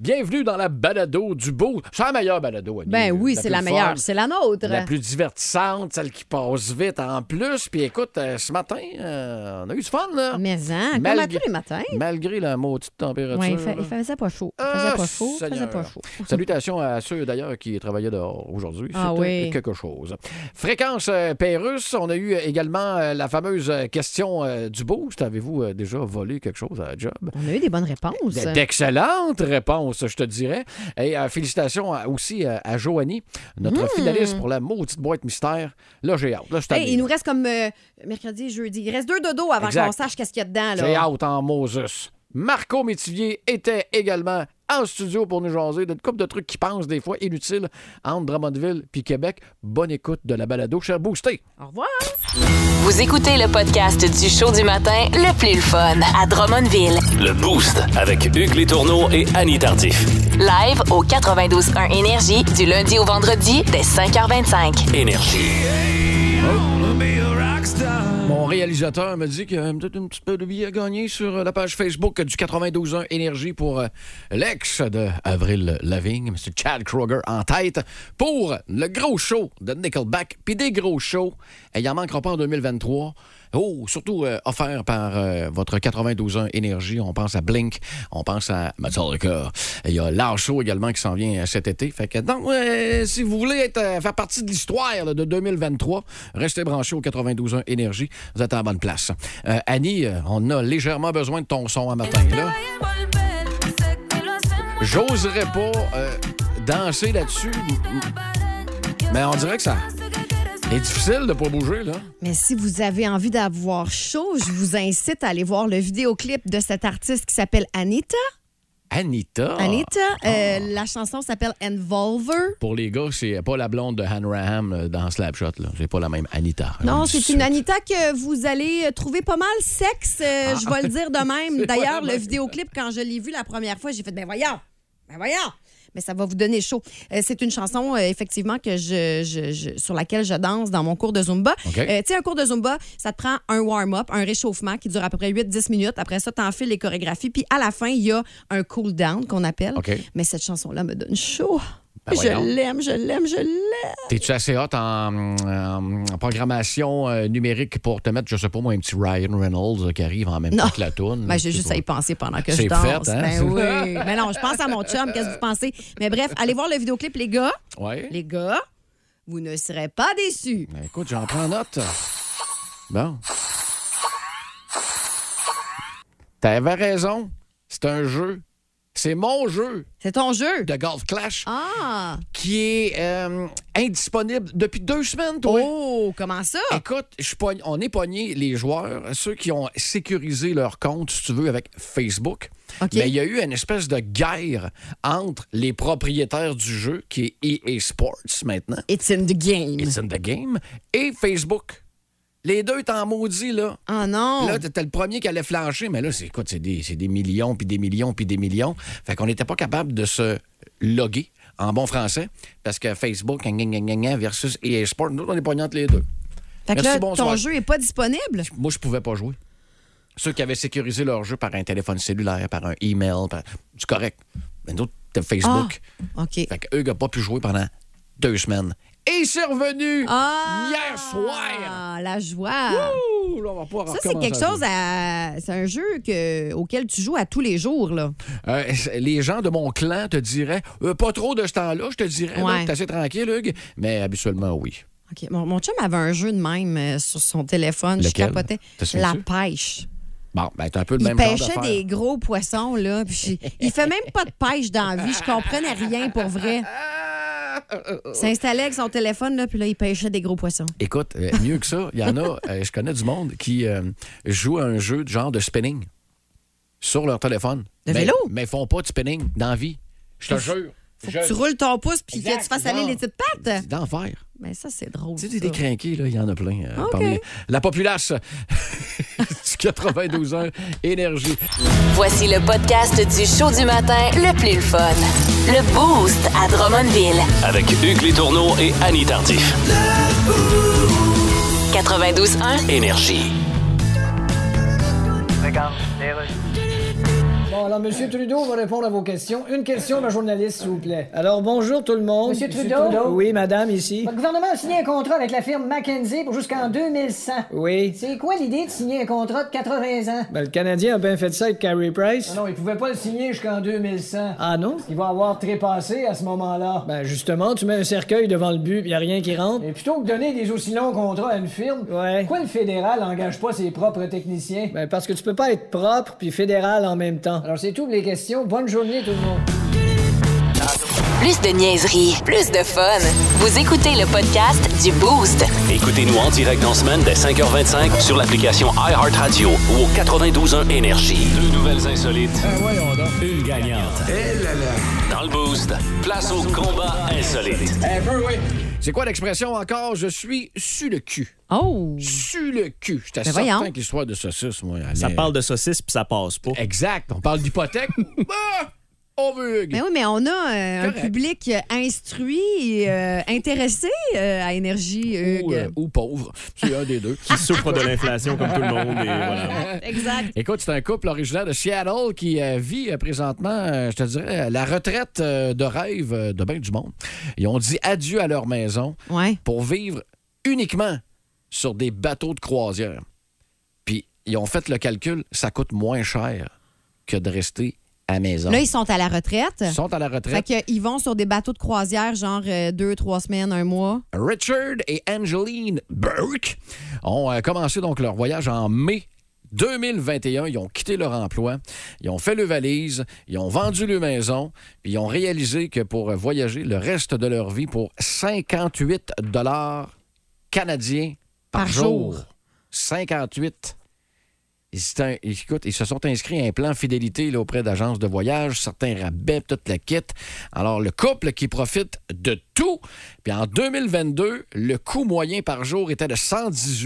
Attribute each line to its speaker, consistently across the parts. Speaker 1: Bienvenue dans la balado du beau. C'est la meilleure balado, Annie.
Speaker 2: Ben oui, c'est
Speaker 1: plus
Speaker 2: la meilleure.
Speaker 1: fun,
Speaker 2: C'est la nôtre.
Speaker 1: La plus divertissante, celle qui passe vite en plus. Puis écoute, euh, ce matin, euh, on a eu du fun, là.
Speaker 2: Mais hein, comme à
Speaker 1: Malgré-
Speaker 2: tous les matins.
Speaker 1: Malgré la maudite température.
Speaker 2: Ouais, il, fa-
Speaker 1: là.
Speaker 2: il faisait pas chaud. Il
Speaker 1: Ah,
Speaker 2: faisait pas chaud. Il faisait
Speaker 1: Seigneur.
Speaker 2: pas chaud.
Speaker 1: Salutations à ceux d'ailleurs qui travaillaient dehors aujourd'hui. C'était
Speaker 2: Ah oui.
Speaker 1: quelque chose. Fréquence euh, Pérusse, on a eu également euh, la fameuse euh, question euh, du boost. Avez-vous euh, déjà volé quelque chose à la job?
Speaker 2: On a eu des bonnes réponses.
Speaker 1: D- Ben, D'excellentes réponses, je te dirais. Et euh, félicitations à- aussi euh, à Joanie, notre
Speaker 2: Hmm.
Speaker 1: finaliste pour la maudite boîte mystère. Là, j'ai hâte. Là, je
Speaker 2: Hey,
Speaker 1: t'avais-
Speaker 2: il nous reste comme euh, mercredi, jeudi. Il reste deux dodos avant
Speaker 1: Exact.
Speaker 2: qu'on sache qu'est-ce qu'il y a dedans.
Speaker 1: J'ai
Speaker 2: Là.
Speaker 1: hâte en Moses. Marco Métivier était également en studio pour nous jaser d'une couple de trucs qui pensent des fois inutiles entre Drummondville puis Québec. Bonne écoute de la balado, cher Boosté.
Speaker 2: Au revoir.
Speaker 3: Vous écoutez le podcast du show du matin le plus le fun à Drummondville.
Speaker 4: Le Boost avec Hugues Létourneau et Annie Tardif.
Speaker 3: Live au 92.1 Énergie du lundi au vendredi dès 5h25.
Speaker 4: Énergie.
Speaker 1: Mon réalisateur me dit qu'il y a peut-être un petit peu de billets à gagner sur euh, la page Facebook du 92.1 Énergie pour euh, l'ex de Avril Lavigne, M. Chad Kroger en tête, pour le gros show de Nickelback, puis des gros shows. Et il en manquera pas en 2023. Oh, surtout euh, offert par euh, votre 92.1 Énergie. On pense à Blink, on pense à Metallica. Et Il y a Lars Show également qui s'en vient euh, cet été. Fait que, donc, euh, si vous voulez être, euh, faire partie de l'histoire là, de 2023, restez branchés au 92.1 Énergie. Vous êtes en bonne place. Euh, Annie, euh, on a légèrement besoin de ton son à matin. Là. J'oserais pas euh, danser là-dessus, mais on dirait que ça est difficile de pas bouger, là.
Speaker 2: Mais si vous avez envie d'avoir chaud, je vous incite à aller voir le vidéoclip de cette artiste qui s'appelle Anita.
Speaker 1: Anita.
Speaker 2: Anita,
Speaker 1: Ah.
Speaker 2: euh, la chanson s'appelle Envolver.
Speaker 1: Pour les gars, c'est pas la blonde de Han Raham euh, dans Slapshot, là. C'est pas la même Anita. Euh, On
Speaker 2: Non,
Speaker 1: dit
Speaker 2: c'est
Speaker 1: tout
Speaker 2: une
Speaker 1: de suite.
Speaker 2: Anita que vous allez euh, trouver pas mal sexe, euh, je vais le dire de même.
Speaker 1: Ah. C'est
Speaker 2: D'ailleurs,
Speaker 1: pas la
Speaker 2: le
Speaker 1: même.
Speaker 2: vidéoclip, quand je l'ai vu la première fois, j'ai fait, ben voyons, ben voyons. Mais ça va vous donner chaud. Euh, c'est une chanson, euh, effectivement, que je, je- je- sur laquelle je danse dans mon cours de Zumba.
Speaker 1: OK.
Speaker 2: Euh, tu sais, un cours de Zumba, ça te prend un warm-up, un réchauffement qui dure à peu près 8-10 minutes. Après ça, t'enfiles les chorégraphies. Puis à la fin, il y a un cool-down qu'on appelle.
Speaker 1: OK.
Speaker 2: Mais cette chanson-là me donne chaud.
Speaker 1: Ben voyons.
Speaker 2: je l'aime, je l'aime, je l'aime.
Speaker 1: T'es-tu assez hot en, en- en programmation euh, numérique pour te mettre, je sais pas moi, un petit Ryan Reynolds euh, qui arrive en même
Speaker 2: Non.
Speaker 1: temps que la toune?
Speaker 2: Ben, j'ai juste à y penser pendant que
Speaker 1: C'est
Speaker 2: je danse.
Speaker 1: fait, hein?
Speaker 2: Ben oui. Mais non, je pense à mon chum. Qu'est-ce que vous pensez? Mais bref, allez voir le vidéoclip, les gars.
Speaker 1: Ouais.
Speaker 2: Les gars, vous ne serez pas déçus.
Speaker 1: Ben, écoute, j'en prends note. Bon. T'avais raison. C'est un jeu. C'est mon jeu
Speaker 2: C'est ton jeu.
Speaker 1: de Golf Clash
Speaker 2: Ah!
Speaker 1: qui est euh, indisponible depuis deux semaines, toi.
Speaker 2: Oh, comment ça?
Speaker 1: Écoute, je suis pogn- on est pogné, les joueurs, ceux qui ont sécurisé leur compte, si tu veux, avec Facebook.
Speaker 2: OK.
Speaker 1: Mais il y a eu une espèce de guerre entre les propriétaires du jeu, qui est EA Sports maintenant,
Speaker 2: It's in the game.
Speaker 1: It's in the Game, et Facebook. Les deux t'en maudit, là.
Speaker 2: Ah non!
Speaker 1: Là, t'étais le premier qui allait flancher, mais là, c'est écoute, c'est des, c'est des millions, puis des millions, puis des millions. Fait qu'on n'était pas capable de se loguer en bon français, parce que Facebook, gna, gna, gna, gna, versus EA Sports, nous, on est pognés entre les deux.
Speaker 2: fait que
Speaker 1: merci,
Speaker 2: là,
Speaker 1: bonsoir.
Speaker 2: ton jeu est pas disponible?
Speaker 1: Moi, je pouvais pas jouer. Ceux qui avaient sécurisé leur jeu par un téléphone cellulaire, par un email, par... c'est correct. Mais nous, autres, t'as Facebook.
Speaker 2: Ah, OK.
Speaker 1: Fait qu'eux, ils n'ont pas pu jouer pendant deux semaines. Et c'est revenu
Speaker 2: Ah!
Speaker 1: hier soir.
Speaker 2: Ah, la joie!
Speaker 1: Ouh, là, on va pas
Speaker 2: Ça, c'est quelque chose à. C'est un jeu que... auquel tu joues à tous les jours, là.
Speaker 1: Euh, les gens de mon clan te diraient, euh, pas trop de ce temps-là, je te dirais.
Speaker 2: Ouais.
Speaker 1: là, T'es assez tranquille, Hugues. Mais habituellement, oui.
Speaker 2: OK. Mon, mon chum avait un jeu de même euh, sur son téléphone. Je
Speaker 1: Lequel?
Speaker 2: capotais.
Speaker 1: Te souviens-tu?
Speaker 2: La pêche.
Speaker 1: Bon, ben, t'es un peu le
Speaker 2: Il
Speaker 1: même genre
Speaker 2: pêchait
Speaker 1: d'affaire.
Speaker 2: des gros poissons, là. Puis j'ai- il fait même pas de pêche dans la vie. Je comprenais rien pour vrai. Il s'installait avec son téléphone, là, puis là, il pêchait des gros poissons.
Speaker 1: Écoute, euh, mieux que ça, il y en a, euh, je connais du monde qui euh, joue à un jeu de genre de spinning sur leur téléphone.
Speaker 2: De
Speaker 1: Mais-
Speaker 2: vélo?
Speaker 1: Mais ils font pas de spinning dans la vie. Je te jure.
Speaker 2: Faut
Speaker 1: Je-
Speaker 2: que tu roules ton pouce puis que
Speaker 1: Exact,
Speaker 2: tu fasses
Speaker 1: genre.
Speaker 2: aller les petites pattes.
Speaker 1: C'est d'enfer.
Speaker 2: Mais ça, c'est drôle.
Speaker 1: Tu sais,
Speaker 2: ça.
Speaker 1: des crinqués, là, il y en a plein. euh,
Speaker 2: OK.
Speaker 1: parmi la populace du 92 heures énergie.
Speaker 3: Voici le podcast du show du matin le plus le fun. Le Boost à Drummondville.
Speaker 4: Avec Hugues Létourneau et Annie Tardif.
Speaker 3: 92.1.
Speaker 4: Énergie.
Speaker 1: Bon,
Speaker 5: alors Monsieur Trudeau va répondre à vos questions. Une question, ma journaliste, s'il vous plaît. Alors, bonjour tout le monde.
Speaker 6: Monsieur Trudeau?
Speaker 5: Oui, madame, ici.
Speaker 6: Le gouvernement a signé un contrat avec la firme McKenzie pour jusqu'en 2100.
Speaker 5: Oui.
Speaker 6: C'est quoi l'idée de signer un contrat de 80 ans? Ah
Speaker 5: Ben, le Canadien a bien fait ça avec Carey Price.
Speaker 6: Non, il pouvait pas le signer jusqu'en 2100.
Speaker 5: Ah non?
Speaker 6: Il va avoir trépassé à ce moment-là.
Speaker 5: Ben, justement, tu mets un cercueil devant le but, il a rien qui rentre.
Speaker 6: Et plutôt que donner des aussi longs contrats à une firme,
Speaker 5: Ouais.
Speaker 6: pourquoi le fédéral n'engage pas ses propres techniciens?
Speaker 5: Ben, parce que tu peux pas être propre puis fédéral en même temps.
Speaker 6: Alors, c'est toutes les questions. Bonne journée, tout le monde.
Speaker 3: Plus de niaiserie, plus de fun. Vous écoutez le podcast du Boost.
Speaker 4: Écoutez-nous en direct en semaine dès 5h25 sur l'application iHeartRadio ou au 92.1 Énergie. Deux nouvelles insolites. Une gagnante. Dans le boost, place au combat insolite.
Speaker 1: C'est quoi l'expression encore? Je suis su le cul.
Speaker 2: Oh!
Speaker 1: Su le cul. J'étais certain
Speaker 2: Ben voyons.
Speaker 1: que l'histoire de saucisse, moi. elle
Speaker 7: Ça
Speaker 1: est-
Speaker 7: parle de saucisse puis ça passe pas.
Speaker 1: Exact. On parle d'hypothèque. Ah! on veut Hugues.
Speaker 2: Mais Ben oui, mais on a euh, un
Speaker 1: Correct.
Speaker 2: public euh, instruit, et, euh, intéressé euh, à Énergie,
Speaker 1: ou, euh,
Speaker 2: Hugues.
Speaker 1: ou pauvre. C'est un des deux.
Speaker 7: Qui souffre de l'inflation comme tout le monde. Et voilà.
Speaker 1: euh,
Speaker 2: Exact.
Speaker 1: Écoute, c'est un couple originaire de Seattle qui euh, vit euh, présentement, euh, je te dirais, euh, la retraite euh, de rêve euh, de bien du monde. Ils ont dit adieu à leur maison
Speaker 2: Ouais.
Speaker 1: pour vivre uniquement sur des bateaux de croisière. Puis ils ont fait le calcul, ça coûte moins cher que de rester à la maison.
Speaker 2: Là, ils sont à la retraite.
Speaker 1: Ils sont à la retraite.
Speaker 2: Fait qu'ils vont sur des bateaux de croisière, genre euh, deux, trois semaines, un mois.
Speaker 1: Richard et Angeline Burke ont euh, commencé donc leur voyage en mai 2021. Ils ont quitté leur emploi, ils ont fait le valise, ils ont vendu leur maison, puis ils ont réalisé que pour euh, voyager le reste de leur vie pour 58 dollars canadiens par,
Speaker 2: Par
Speaker 1: jour.
Speaker 2: jour.
Speaker 1: 58. Et c'est un- écoute, ils se sont inscrits à un plan fidélité là, auprès d'agences de voyage, certains rabais, toute la kit. Alors, le couple qui profite de tout. Puis en 2022, le coût moyen par jour était de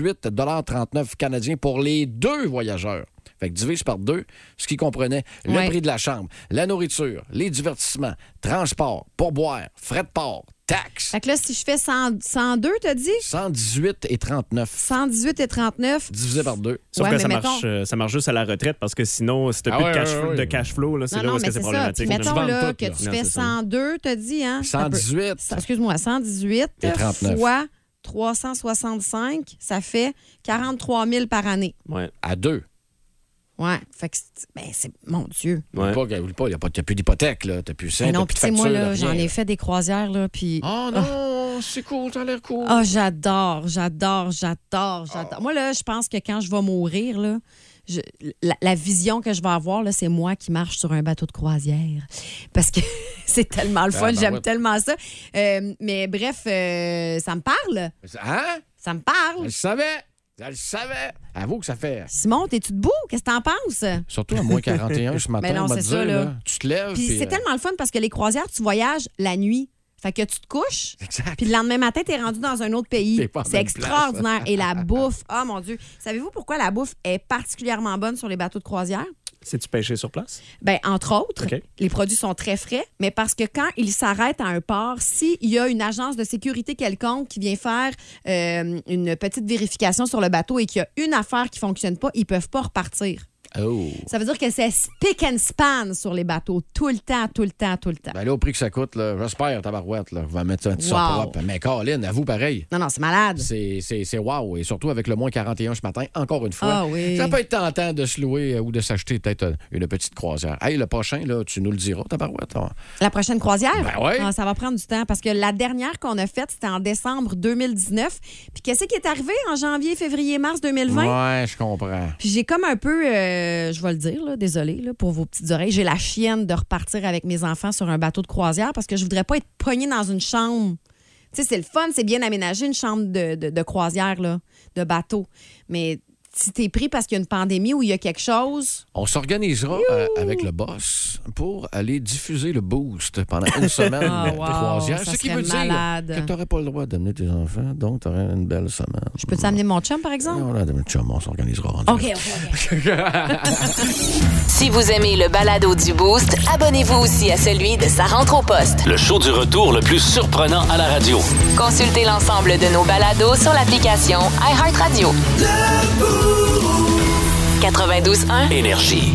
Speaker 1: 118,39 canadiens pour les deux voyageurs. Fait que divise par deux, ce qui comprenait le
Speaker 2: Ouais.
Speaker 1: prix de la chambre, la nourriture, les divertissements, transport, pourboire, frais de port, taxes.
Speaker 2: Fait que là, si je fais 100 102, t'as dit?
Speaker 1: 118 et 39
Speaker 2: 118 et 39.
Speaker 1: divisé par deux.
Speaker 7: Sauf
Speaker 2: Ouais,
Speaker 7: que
Speaker 2: mais
Speaker 7: ça
Speaker 2: mettons-
Speaker 7: marche, euh, ça marche juste à la retraite parce que sinon, si t'as
Speaker 1: Ah
Speaker 7: plus
Speaker 1: ouais,
Speaker 7: de cash,
Speaker 1: ouais, ouais.
Speaker 7: de cash flow, là, c'est
Speaker 2: Non,
Speaker 7: là où
Speaker 2: non,
Speaker 7: est-ce
Speaker 2: mais
Speaker 7: que c'est
Speaker 2: c'est ça. Puis
Speaker 7: problématique.
Speaker 2: mettons là,
Speaker 7: tout,
Speaker 2: que
Speaker 7: là.
Speaker 2: tu
Speaker 7: Non,
Speaker 2: fais
Speaker 7: c'est ça.
Speaker 2: 102, t'as dit, hein? Ça peut-
Speaker 1: 118.
Speaker 2: ça- Excuse-moi, 118
Speaker 1: Et 39.
Speaker 2: fois 365, ça fait 43 000 par année.
Speaker 7: Ouais,
Speaker 1: à deux.
Speaker 2: Ouais. Fait que, c'est- ben, c'est. Mon Dieu.
Speaker 7: ouais.
Speaker 1: Pas, oublie pas, y a pas- t'as plus d'hypothèque, là. T'as plus ça,
Speaker 2: Mais
Speaker 1: t'as
Speaker 2: non,
Speaker 1: plus
Speaker 2: puis
Speaker 1: de
Speaker 2: tu sais,
Speaker 1: facture.
Speaker 2: moi, là,
Speaker 1: de
Speaker 2: j'en
Speaker 1: rien.
Speaker 2: ai fait des croisières, là, puis.
Speaker 7: Ah,
Speaker 1: Oh non, c'est cool, t'as l'air cool.
Speaker 2: Ah, j'adore, j'adore, j'adore, j'adore.
Speaker 1: Ah.
Speaker 2: Moi, là, je pense que quand je vais mourir, là, je- la, la vision que je vais avoir, là, c'est moi qui marche sur un bateau de croisière. Parce que c'est tellement le fun,
Speaker 1: ben
Speaker 2: j'aime
Speaker 1: ouais.
Speaker 2: tellement ça. Euh, mais bref, euh, ça me parle.
Speaker 1: Hein?
Speaker 2: Ça me
Speaker 1: Je
Speaker 2: parle.
Speaker 1: le savais. Je le savais. Avoue que ça fait.
Speaker 2: Simon, t'es-tu debout? Qu'est-ce que t'en penses?
Speaker 1: Surtout à moins 41 ce matin,
Speaker 2: Mais non,
Speaker 1: on va
Speaker 2: c'est
Speaker 1: te
Speaker 2: ça,
Speaker 1: dire,
Speaker 2: là.
Speaker 1: là, Tu te lèves.
Speaker 2: Puis
Speaker 1: euh,
Speaker 2: c'est tellement le fun parce que les croisières, tu voyages la nuit. Fait que tu te couches,
Speaker 1: Exact.
Speaker 2: puis le lendemain matin, t'es rendu dans un autre
Speaker 1: T'es
Speaker 2: pays.
Speaker 1: pas en
Speaker 2: C'est
Speaker 1: même
Speaker 2: extraordinaire. Et la bouffe, ah mon Dieu. Savez-vous pourquoi la bouffe est particulièrement bonne sur les bateaux de croisière?
Speaker 7: C'est-tu pêché sur place?
Speaker 2: Ben, entre autres,
Speaker 7: OK.
Speaker 2: les produits sont très frais, mais parce que quand ils s'arrêtent à un port, s'il y a une agence de sécurité quelconque qui vient faire euh, une petite vérification sur le bateau et qu'il y a une affaire qui fonctionne pas, ils peuvent pas repartir.
Speaker 1: Oh.
Speaker 2: Ça veut dire que c'est pick and span sur les bateaux, tout le temps, tout le temps, tout le temps.
Speaker 1: Ben là, au prix que ça coûte, là, j'espère, tabarouette, là, on va mettre ça un petit
Speaker 2: Wow.
Speaker 1: ça propre. Mais Colin, à vous, pareil.
Speaker 2: Non, non, c'est malade.
Speaker 1: C'est, c'est, c'est wow. Et surtout avec le moins 41 ce matin, encore une fois.
Speaker 2: Ah oui.
Speaker 1: Ça peut être tentant de se louer euh, ou de s'acheter peut-être euh, une petite croisière. Hey, le prochain, là, tu nous le diras, tabarouette. hein.
Speaker 2: La prochaine croisière?
Speaker 1: Ben ouais.
Speaker 2: Ah, ça va prendre du temps parce que la dernière qu'on a faite, c'était en décembre 2019. Puis qu'est-ce qui est arrivé en janvier, février, mars 2020?
Speaker 1: Ouais, je comprends.
Speaker 2: Puis j'ai comme un peu, euh, je vais le dire, là, désolé là, pour vos petites oreilles, j'ai la chienne de repartir avec mes enfants sur un bateau de croisière parce que je voudrais pas être poignée dans une chambre. Tu sais, c'est le fun, c'est bien aménagé, une chambre de, de- de croisière, là, de bateau. Mais si t'es pris parce qu'il y a une pandémie ou il y a quelque chose,
Speaker 1: On s'organisera euh, avec le boss pour aller diffuser le boost pendant une semaine
Speaker 2: Ah,
Speaker 1: de
Speaker 2: wow,
Speaker 1: croisière.
Speaker 2: ça
Speaker 1: Ce qui
Speaker 2: serait
Speaker 1: veut dire
Speaker 2: malade.
Speaker 1: que tu n'aurais pas le droit d'amener tes enfants, donc tu aurais une belle semaine.
Speaker 2: je peux t'amener mon chum, par exemple?
Speaker 1: Non, là, chum, on s'organisera. rendu
Speaker 2: OK,
Speaker 1: là.
Speaker 2: OK, OK.
Speaker 3: Si vous aimez le balado du Boost, abonnez-vous aussi à celui de sa rentre au poste.
Speaker 4: Le show du retour le plus surprenant à la radio.
Speaker 3: Consultez l'ensemble de nos balados sur l'application iHeartRadio. 92.1,
Speaker 4: Énergie.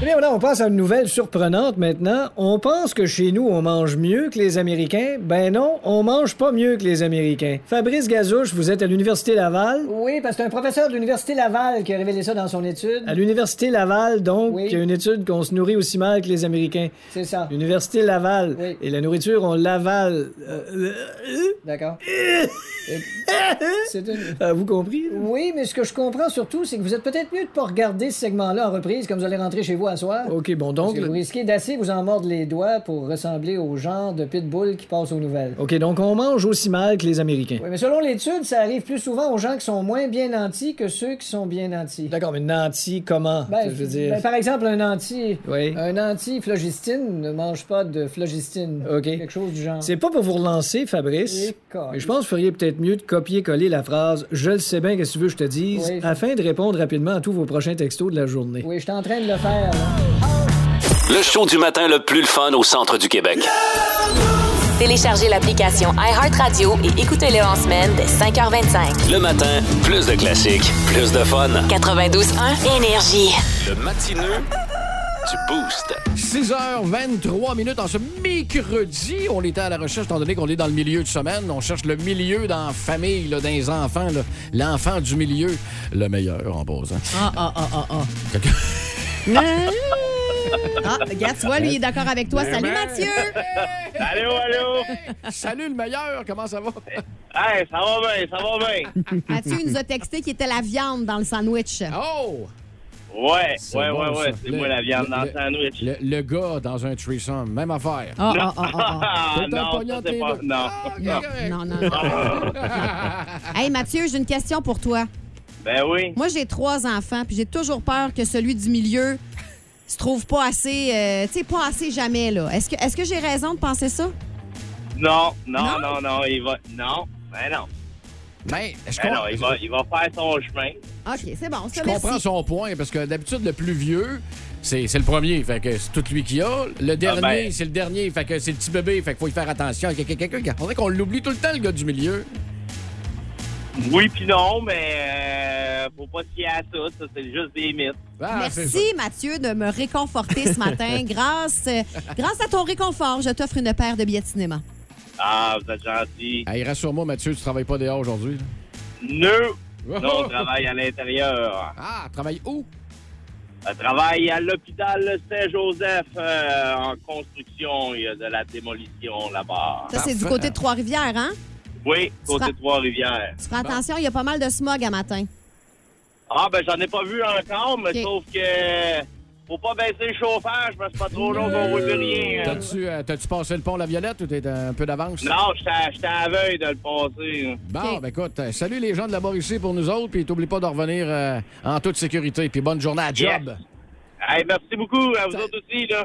Speaker 5: Eh bien voilà, on passe à une nouvelle surprenante maintenant. On pense que chez nous, on mange mieux que les Américains. Ben non, on mange pas mieux que les Américains. Fabrice Gazouche, vous êtes à l'Université Laval.
Speaker 6: Oui, parce que c'est un professeur de l'Université Laval qui a révélé ça dans son étude.
Speaker 5: À l'Université Laval, donc,
Speaker 6: Oui.
Speaker 5: il y a une étude qu'on se nourrit aussi mal que les Américains.
Speaker 6: C'est ça.
Speaker 5: L'Université Laval.
Speaker 6: Oui.
Speaker 5: Et la nourriture, on l'avale. Euh, euh,
Speaker 6: D'accord. C'est une...
Speaker 5: euh, vous compris?
Speaker 6: Oui, mais ce que je comprends surtout, c'est que vous êtes peut-être mieux de pas regarder ce segment-là en reprise comme vous allez rentrer chez vous à soir.
Speaker 5: OK, bon,
Speaker 6: Parce
Speaker 5: donc...
Speaker 6: que vous risquez d'assez vous en mordre les doigts pour ressembler au genre de pitbull qui passe aux nouvelles.
Speaker 5: OK, donc on mange aussi mal que les Américains.
Speaker 6: Oui, mais selon l'étude, ça arrive plus souvent aux gens qui sont moins bien nantis que ceux qui sont bien nantis.
Speaker 5: D'accord, mais nanti, comment?
Speaker 6: Ben,
Speaker 5: je veux dire...
Speaker 6: ben, par exemple, un nanti.
Speaker 5: Oui.
Speaker 6: Un anti-phlogistine ne mange pas de phlogistine.
Speaker 5: OK.
Speaker 6: Quelque chose du genre.
Speaker 5: C'est pas pour vous relancer, Fabrice.
Speaker 6: Et câlisse.
Speaker 5: Mais je pense que vous feriez peut-être mieux de copier-coller la phrase Je le sais bien, qu'est-ce que tu veux que je te dise,
Speaker 6: Oui.
Speaker 5: afin de répondre rapidement à tous vos prochains textos de la journée.
Speaker 6: Oui, je suis en train de le faire. là.
Speaker 4: Le show du matin le plus le fun au centre du Québec.
Speaker 3: Téléchargez l'application iHeartRadio et écoutez-le en semaine dès 5h25.
Speaker 4: Le matin, plus de classiques, plus de fun.
Speaker 3: 92.1 Énergie.
Speaker 4: Le matineux du Boost.
Speaker 1: 6h23 minutes en ce mercredi. On était à la recherche, étant donné qu'on est dans le milieu de semaine. On cherche le milieu dans la famille, là, dans les enfants. là. L'enfant du milieu, le meilleur en posant.
Speaker 2: Ah, ah, ah, ah, ah.
Speaker 1: Quelqu'un-
Speaker 2: Euh, Ah, regarde, tu vois, lui, il est d'accord avec toi. Salut, Mathieu!
Speaker 8: Allô, allô!
Speaker 1: Salut le meilleur, comment ça va?
Speaker 8: Hey, ça va bien, ça va bien!
Speaker 7: Hum.
Speaker 2: Mathieu, il nous a texté qu'il était la viande dans le sandwich. Ah,
Speaker 1: Oh!
Speaker 8: Ouais,
Speaker 1: C'est
Speaker 8: ouais,
Speaker 1: bon,
Speaker 8: ouais,
Speaker 1: ça.
Speaker 8: ouais, c'est
Speaker 1: Le-
Speaker 8: moi la viande
Speaker 1: le-
Speaker 8: dans
Speaker 1: le-
Speaker 8: le sandwich.
Speaker 1: Le, le gars dans un threesome, même affaire.
Speaker 2: Ah, ah, ah, ah, ah.
Speaker 8: Ah,
Speaker 1: Tout un
Speaker 8: non,
Speaker 1: pognon
Speaker 8: ça
Speaker 1: entre
Speaker 8: c'est
Speaker 1: les
Speaker 8: pas...
Speaker 1: deux.
Speaker 8: Non,
Speaker 1: Ah, ok,
Speaker 8: non.
Speaker 1: correct.
Speaker 2: Non, non, non. Hey, Mathieu, j'ai une question pour toi.
Speaker 8: Ben oui.
Speaker 2: Moi, j'ai trois enfants, puis j'ai toujours peur que celui du milieu se trouve pas assez, euh, tu sais, pas assez jamais, là. Est-ce que, est que j'ai raison de penser ça?
Speaker 8: Non, non, non, non, il va... Non, ben non.
Speaker 1: Mais je,
Speaker 8: Ben non,
Speaker 1: com-
Speaker 8: il va, il va faire son chemin.
Speaker 2: OK, c'est bon,
Speaker 1: je
Speaker 2: ça, merci.
Speaker 1: comprends son point, parce que d'habitude, le plus vieux, c'est c'est le premier, fait que c'est tout lui qui a. Le dernier,
Speaker 8: ben.
Speaker 1: c'est le dernier, fait que c'est le petit bébé, fait qu'il faut y faire attention. Il y a quelqu'un qui- On dirait qu'on l'oublie tout le temps, le gars du milieu.
Speaker 8: Oui puis non, mais... euh, faut pas se fier à ça, ça c'est juste des mythes.
Speaker 1: Ah, c'est ça.
Speaker 2: Merci, Mathieu, de me réconforter ce matin. grâce, euh, grâce à ton réconfort, je t'offre une paire de billets de cinéma.
Speaker 8: Ah, vous êtes gentil.
Speaker 1: Hey, rassure-moi, Mathieu, tu travailles pas dehors aujourd'hui.
Speaker 8: Nœud!
Speaker 1: là.
Speaker 8: Non, on travaille à l'intérieur.
Speaker 1: Ah, travaille où?
Speaker 8: On travaille à l'hôpital Saint-Joseph euh, en construction. Il y a de la démolition là-bas.
Speaker 2: Ça, c'est du
Speaker 1: Parfait.
Speaker 2: côté de Trois-Rivières, hein?
Speaker 8: Oui,
Speaker 2: Tu
Speaker 8: côté
Speaker 2: fra-
Speaker 8: Trois-Rivières.
Speaker 2: Tu feras attention, il y a pas mal de smog à matin.
Speaker 8: Ah, ben, j'en ai pas vu encore, mais
Speaker 2: Ok.
Speaker 8: sauf que. Faut pas baisser le chauffage parce que c'est pas trop long qu'on voit plus rien. hein.
Speaker 1: T'as-tu euh, t'as-tu passé le pont La Violette ou t'es un peu d'avance?
Speaker 8: Non, j'étais- j'étais aveugle de le passer. hein.
Speaker 1: Bon,
Speaker 2: Ok.
Speaker 1: ben écoute, euh, salut les gens de la Mauricie pour nous autres, puis t'oublies pas de revenir euh, en toute sécurité, puis bonne journée à
Speaker 8: Yes.
Speaker 1: job.
Speaker 8: Hey, merci beaucoup à vous autres aussi, là.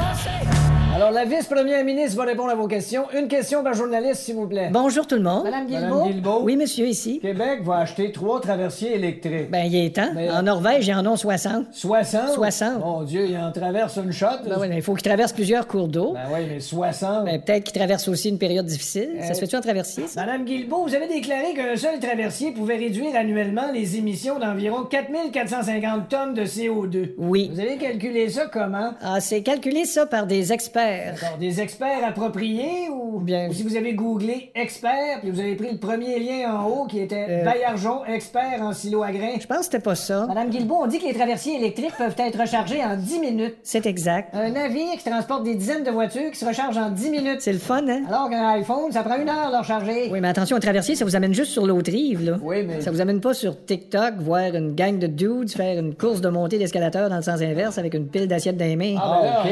Speaker 6: Alors, la vice-première ministre va répondre à vos questions. Une question par journaliste, s'il vous plaît.
Speaker 9: Bonjour tout le monde.
Speaker 6: Madame Guilbeault.
Speaker 9: Madame Oui, monsieur, ici.
Speaker 6: Québec va acheter trois traversiers électriques.
Speaker 9: Ben, il est temps.
Speaker 6: Mais-
Speaker 9: En Norvège, ils en ont 60.
Speaker 6: 60?
Speaker 9: 60.
Speaker 6: Mon Dieu, il en traverse une shot.
Speaker 9: Ben, ouais, mais il faut qu'ils traversent plusieurs cours d'eau.
Speaker 6: Ben oui, mais 60.
Speaker 9: Ben, Euh. peut-être qu'ils traversent aussi une période difficile. Ça se fait-tu en traversier, ça?
Speaker 6: Madame Guilbeault, vous avez déclaré qu'un seul traversier pouvait réduire annuellement les émissions d'environ 4450 tonnes de CO2.
Speaker 9: Oui.
Speaker 6: Vous avez calculé ça comment?
Speaker 9: Ah, c'est calculé ça par des experts.
Speaker 6: D'accord, des experts appropriés ou
Speaker 9: Bien.
Speaker 6: ou si vous avez googlé expert puis vous avez pris le premier lien en haut qui était
Speaker 9: Euh.
Speaker 6: Bayarjon expert en silo à grains.
Speaker 9: Je pense que c'était pas ça.
Speaker 6: Madame Guilbeault, on dit que les traversiers électriques peuvent être rechargés en 10 minutes.
Speaker 9: C'est exact.
Speaker 6: Un navire qui transporte des dizaines de voitures qui se recharge en 10 minutes.
Speaker 9: C'est le fun, hein?
Speaker 6: Alors qu'un iPhone, ça prend une heure de le recharger.
Speaker 9: Oui, mais attention, un traversier, ça vous amène juste sur l'autre rive, là.
Speaker 6: Oui, mais-
Speaker 9: Ça vous amène pas sur TikTok, voir une gang de dudes faire une course de montée d'escalateur dans le sens inverse avec une pile d'assiettes dans les mains.
Speaker 6: Ah, ok.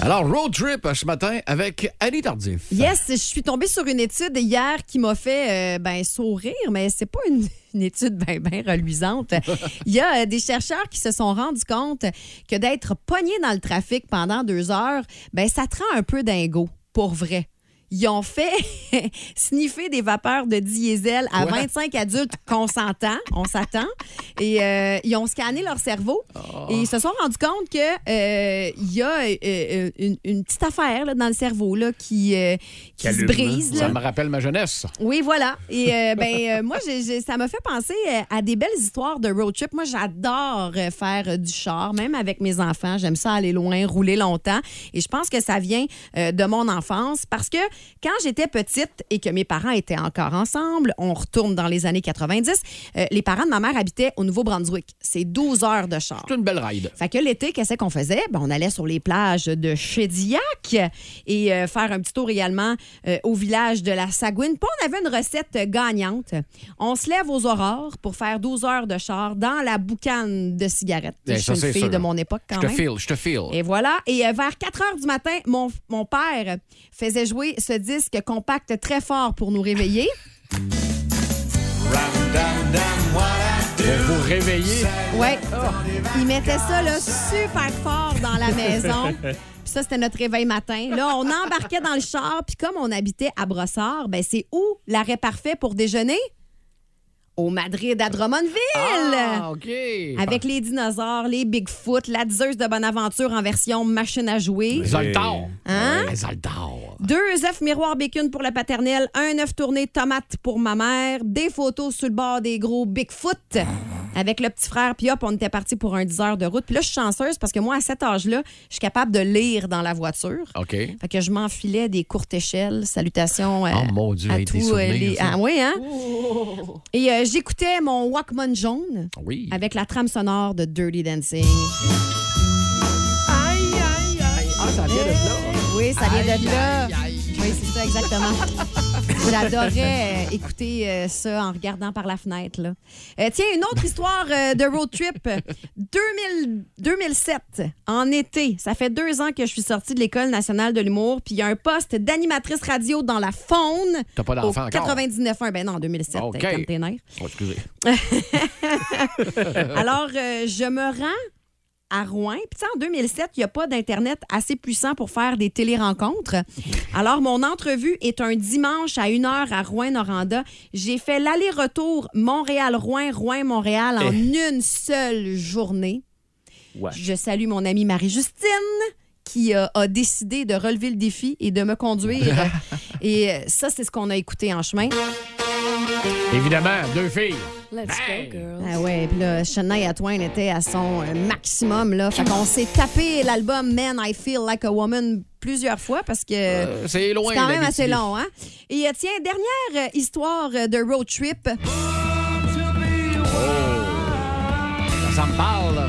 Speaker 1: Alors, road trip euh, ce matin avec Annie Tardif.
Speaker 2: Yes, je suis tombée sur une étude hier qui m'a fait euh, ben, sourire, mais c'est pas une, une étude bien ben reluisante. Il y a euh, des chercheurs qui se sont rendus compte que d'être pogné dans le trafic pendant deux heures, ben ça te rend un peu dingo, pour vrai. Ils ont fait sniffer des vapeurs de diesel à
Speaker 10: Quoi?
Speaker 2: 25 adultes consentants, on s'attend, et euh, ils ont scanné leur cerveau et ils se sont rendus compte que euh, il y a euh, euh, une, une petite affaire là, dans le cerveau là, qui, euh, qui se brise. là.
Speaker 1: hein? Ça me rappelle ma jeunesse.
Speaker 2: Oui, voilà. Et euh, ben euh, moi, j'ai- j'ai- ça m'a fait penser euh, à des belles histoires de road trip. Moi, j'adore euh, faire euh, du char, même avec mes enfants. J'aime ça aller loin, rouler longtemps. Et je pense que ça vient euh, de mon enfance parce que quand j'étais petite et que mes parents étaient encore ensemble, on retourne dans les années 90, euh, les parents de ma mère habitaient au Nouveau-Brunswick. C'est 12 heures de char.
Speaker 1: C'est une belle ride.
Speaker 2: Fait que l'été, qu'est-ce qu'on faisait? Ben, on allait sur les plages de Chédillac et euh, faire un petit tour également euh, au village de la Sagouine. Puis on avait une recette gagnante. On se lève aux aurores pour faire 12 heures de char dans la boucane de cigarettes.
Speaker 1: Eh,
Speaker 2: je suis
Speaker 1: ça,
Speaker 2: une
Speaker 1: c'est
Speaker 2: fille
Speaker 1: sûr.
Speaker 2: de mon époque quand
Speaker 1: je te
Speaker 2: même.
Speaker 1: file, je te file.
Speaker 2: Et voilà. Et euh, vers 4 heures du matin, mon, mon père faisait jouer ce disque compact très fort pour nous réveiller. ben.
Speaker 1: Pour vous réveiller.
Speaker 2: Ouais. Il mettait ça là, super fort dans la maison. Puis ça, c'était notre réveil matin. Là, on embarquait dans le char. Puis comme on habitait à Brossard, ben c'est où l'arrêt parfait pour déjeuner? Au Madrid à Drummondville!
Speaker 1: Ah, OK.
Speaker 2: Avec les dinosaures, les Bigfoot, la diseuse de Bonaventure en version machine à jouer.
Speaker 1: Les Zoltar.
Speaker 2: Hein?
Speaker 1: Les Zoltar.
Speaker 2: Deux œufs miroir bacon pour la paternelle, un œuf tourné tomate pour ma mère, des photos sur le bord des gros Bigfoot avec le petit frère, puis hop, on était parti pour un 10 heures de route. Puis là, je suis chanceuse parce que moi, à cet âge-là, je suis capable de lire dans la voiture.
Speaker 1: OK.
Speaker 2: Fait que je m'enfilais des courtes échelles. Salutations euh,
Speaker 1: Oh, mon Dieu,
Speaker 2: à
Speaker 1: hey, des
Speaker 2: tous euh,
Speaker 1: souvenirs,
Speaker 2: les...
Speaker 1: ça.
Speaker 2: Ah, oui, hein? Et euh, j'écoutais mon Walkman jaune
Speaker 1: Oui.
Speaker 2: avec la trame sonore de Dirty Dancing.
Speaker 1: Aïe, aïe, aïe. Ah, ça vient de là.
Speaker 2: Oui, ça vient de
Speaker 1: Aïe,
Speaker 2: là.
Speaker 1: aïe,
Speaker 2: Oui, c'est ça, exactement. J'adorais euh, écouter euh, ça en regardant par la fenêtre. là. Euh, tiens, une autre histoire euh, de road trip. 2000 2007, en été, ça fait deux ans que je suis sortie de l'École nationale de l'humour, puis il y a un poste d'animatrice radio dans la faune.
Speaker 1: T'as pas
Speaker 2: au
Speaker 1: d'enfant encore?
Speaker 2: 99.1, ben non, en 2007,
Speaker 1: OK.
Speaker 2: euh, comme tes nerfs.
Speaker 1: Oh, excusez.
Speaker 2: Alors, euh, je me rends à Rouen. Puis, tu sais, en 2007, il n'y a pas d'Internet assez puissant pour faire des télérencontres. Alors, mon entrevue est un dimanche à 1h à Rouen-Noranda. J'ai fait l'aller-retour Montréal-Rouen, Rouen-Montréal en une seule journée.
Speaker 7: Ouais.
Speaker 2: Je salue mon amie Marie-Justine qui euh, a décidé de relever le défi et de me conduire. et euh, ça, c'est ce qu'on a écouté en chemin.
Speaker 1: Évidemment, deux filles. Ben,
Speaker 2: Ah ouais, puis là, Shania Twain était à son euh, maximum, là. Fait qu'on s'est tapé l'album Man, I Feel Like a Woman plusieurs fois parce que
Speaker 1: Euh, c'est loin,
Speaker 2: quand même
Speaker 1: l'Abitibi.
Speaker 2: assez long, hein? Et euh, tiens, dernière euh, histoire euh, de road trip.
Speaker 1: Ça, ça me parle. là.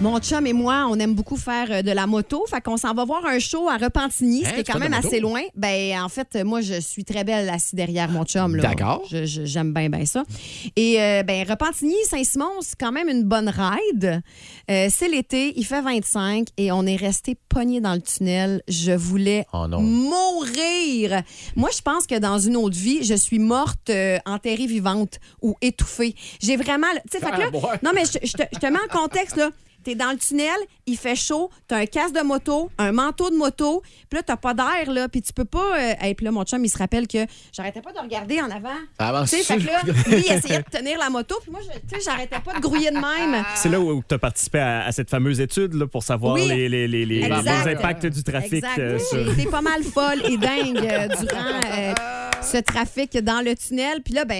Speaker 2: Mon chum et moi, on aime beaucoup faire euh, de la moto. Fait qu'on s'en va voir un show à Repentigny,
Speaker 1: Hein,
Speaker 2: ce qui est
Speaker 1: tu
Speaker 2: quand
Speaker 1: fais de
Speaker 2: même
Speaker 1: la moto?
Speaker 2: assez loin. Ben, en fait, euh, moi, je suis très belle assise derrière mon chum. là.
Speaker 1: D'accord.
Speaker 2: Je- je- J'aime bien, bien ça. Et, euh, ben, Repentigny, Saint-Simon, c'est quand même une bonne ride. Euh, c'est l'été, il fait 25 et on est resté pogné dans le tunnel. Je voulais
Speaker 1: Oh non.
Speaker 2: mourir. Moi, je pense que dans une autre vie, je suis morte euh, enterrée vivante ou étouffée. J'ai vraiment. le- Tu sais, fait que là,
Speaker 1: Ah, boy.
Speaker 2: non, mais je, je te, je te mets en contexte, là. T'es dans le tunnel, il fait chaud, t'as un casque de moto, un manteau de moto, puis là, t'as pas d'air, là, puis tu peux pas... euh, hey, puis là, mon chum, il se rappelle que j'arrêtais pas de regarder en avant.
Speaker 1: Ça avance.
Speaker 2: Tu sais, fait que là, lui, il essayait de tenir la moto, puis moi, je- tu sais, j'arrêtais pas de grouiller de même.
Speaker 7: C'est là où tu as participé à, à cette fameuse étude là, pour savoir
Speaker 2: Oui.
Speaker 7: les, les- les- les- les
Speaker 2: Exact.
Speaker 7: impacts du trafic.
Speaker 2: Exact.
Speaker 7: euh,
Speaker 2: Oui,
Speaker 7: sur-
Speaker 2: j'ai été pas mal folle et dingue euh, durant euh, ce trafic dans le tunnel. Puis là, ben,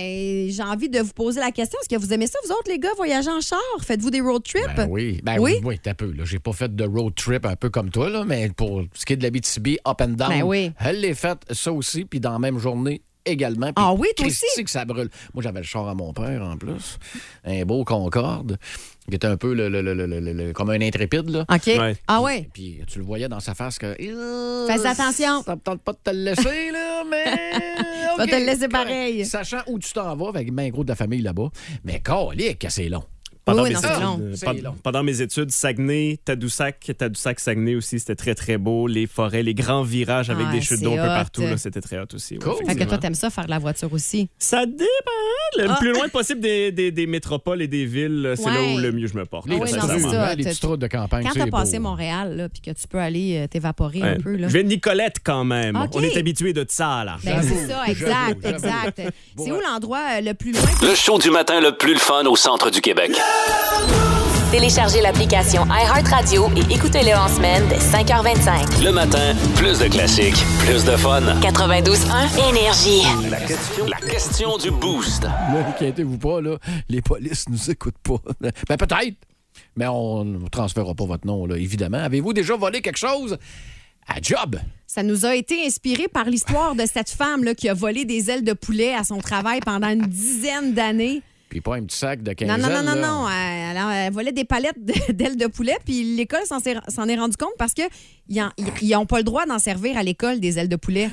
Speaker 2: j'ai envie de vous poser la question. Est-ce que vous aimez ça, vous autres, les gars, voyager en char? Faites-vous des road trips?
Speaker 1: Ben oui, ben
Speaker 2: Oui?
Speaker 1: oui, oui, t'as peu. là. J'ai pas fait de road trip un peu comme toi, là, mais pour ce qui est de l'Abitibi, up and down,
Speaker 2: Ben oui.
Speaker 1: elle l'est faite, ça aussi, puis dans la même journée également.
Speaker 2: Ah oui, toi
Speaker 1: Christi
Speaker 2: aussi?
Speaker 1: que ça brûle. Moi, j'avais le char à mon père, en plus. Un beau Concorde, qui était un peu le, le- le- le- le- le- comme un intrépide, là.
Speaker 2: OK.
Speaker 7: Ouais.
Speaker 2: Ah ouais.
Speaker 1: Puis tu le voyais dans sa face que...
Speaker 2: Fais attention.
Speaker 1: Ça me tente pas de te le laisser, là, mais...
Speaker 2: Va
Speaker 1: OK,
Speaker 2: te le laisser
Speaker 1: correct.
Speaker 2: pareil.
Speaker 1: Sachant où tu t'en vas avec ben gros de la famille là-bas. Mais calique que c'est long.
Speaker 7: Pendant,
Speaker 2: Oui,
Speaker 7: mes
Speaker 2: non, c'est
Speaker 7: études,
Speaker 2: long.
Speaker 7: euh,
Speaker 2: C'est
Speaker 7: pen-
Speaker 2: long.
Speaker 7: pendant mes études, Saguenay, Tadoussac, Tadoussac, Saguenay aussi, c'était très, très beau. Les forêts, les grands virages avec
Speaker 2: Ah,
Speaker 7: des chutes
Speaker 2: c'est
Speaker 7: d'eau un peu
Speaker 2: hot.
Speaker 7: partout, là, c'était très hot aussi. ouais,
Speaker 2: Fait que
Speaker 7: effectivement.
Speaker 2: toi, t'aimes ça faire de la voiture aussi.
Speaker 7: Ça dépend. Le
Speaker 2: Ah.
Speaker 7: plus loin possible des, des- des métropoles et des villes, c'est là
Speaker 2: Ouais.
Speaker 7: où le mieux je me porte.
Speaker 2: Les petits
Speaker 7: sincèrement.
Speaker 2: trous, hein, les
Speaker 7: Ouais.
Speaker 2: petits trous
Speaker 1: de campagne,
Speaker 2: Quand t'as passé Montréal, là, puis que tu peux aller euh, t'évaporer un peu, là.
Speaker 7: Je viens de Nicolette quand même.
Speaker 2: Ok.
Speaker 7: On est habitué de ça, là.
Speaker 2: Ben, c'est ça, exact, exact. C'est où l'endroit euh, le plus loin?
Speaker 4: Le show du matin le plus le fun au centre du Québec.
Speaker 3: Téléchargez l'application iHeartRadio et écoutez-le en semaine dès 5h25.
Speaker 4: Le matin, plus de classiques, plus de fun.
Speaker 3: 92.1 Énergie.
Speaker 4: La question, la question du boost.
Speaker 1: Là, inquiétez-vous pas, là, les polices nous écoutent pas. Ben peut-être, mais on ne transférera pas votre nom, là, évidemment. Avez-vous déjà volé quelque chose à job?
Speaker 2: Ça nous a été inspiré par l'histoire de cette femme là, qui a volé des ailes de poulet à son travail pendant une dizaine d'années.
Speaker 1: Puis pas un petit sac de 15
Speaker 2: Non, non, non, non, non. hein, Elle, elle- elle volait des palettes de- d'ailes de poulet, puis l'école s'en s'est- s'en est rendu compte parce qu'ils n'ont pas le droit d'en servir à l'école des ailes de poulet.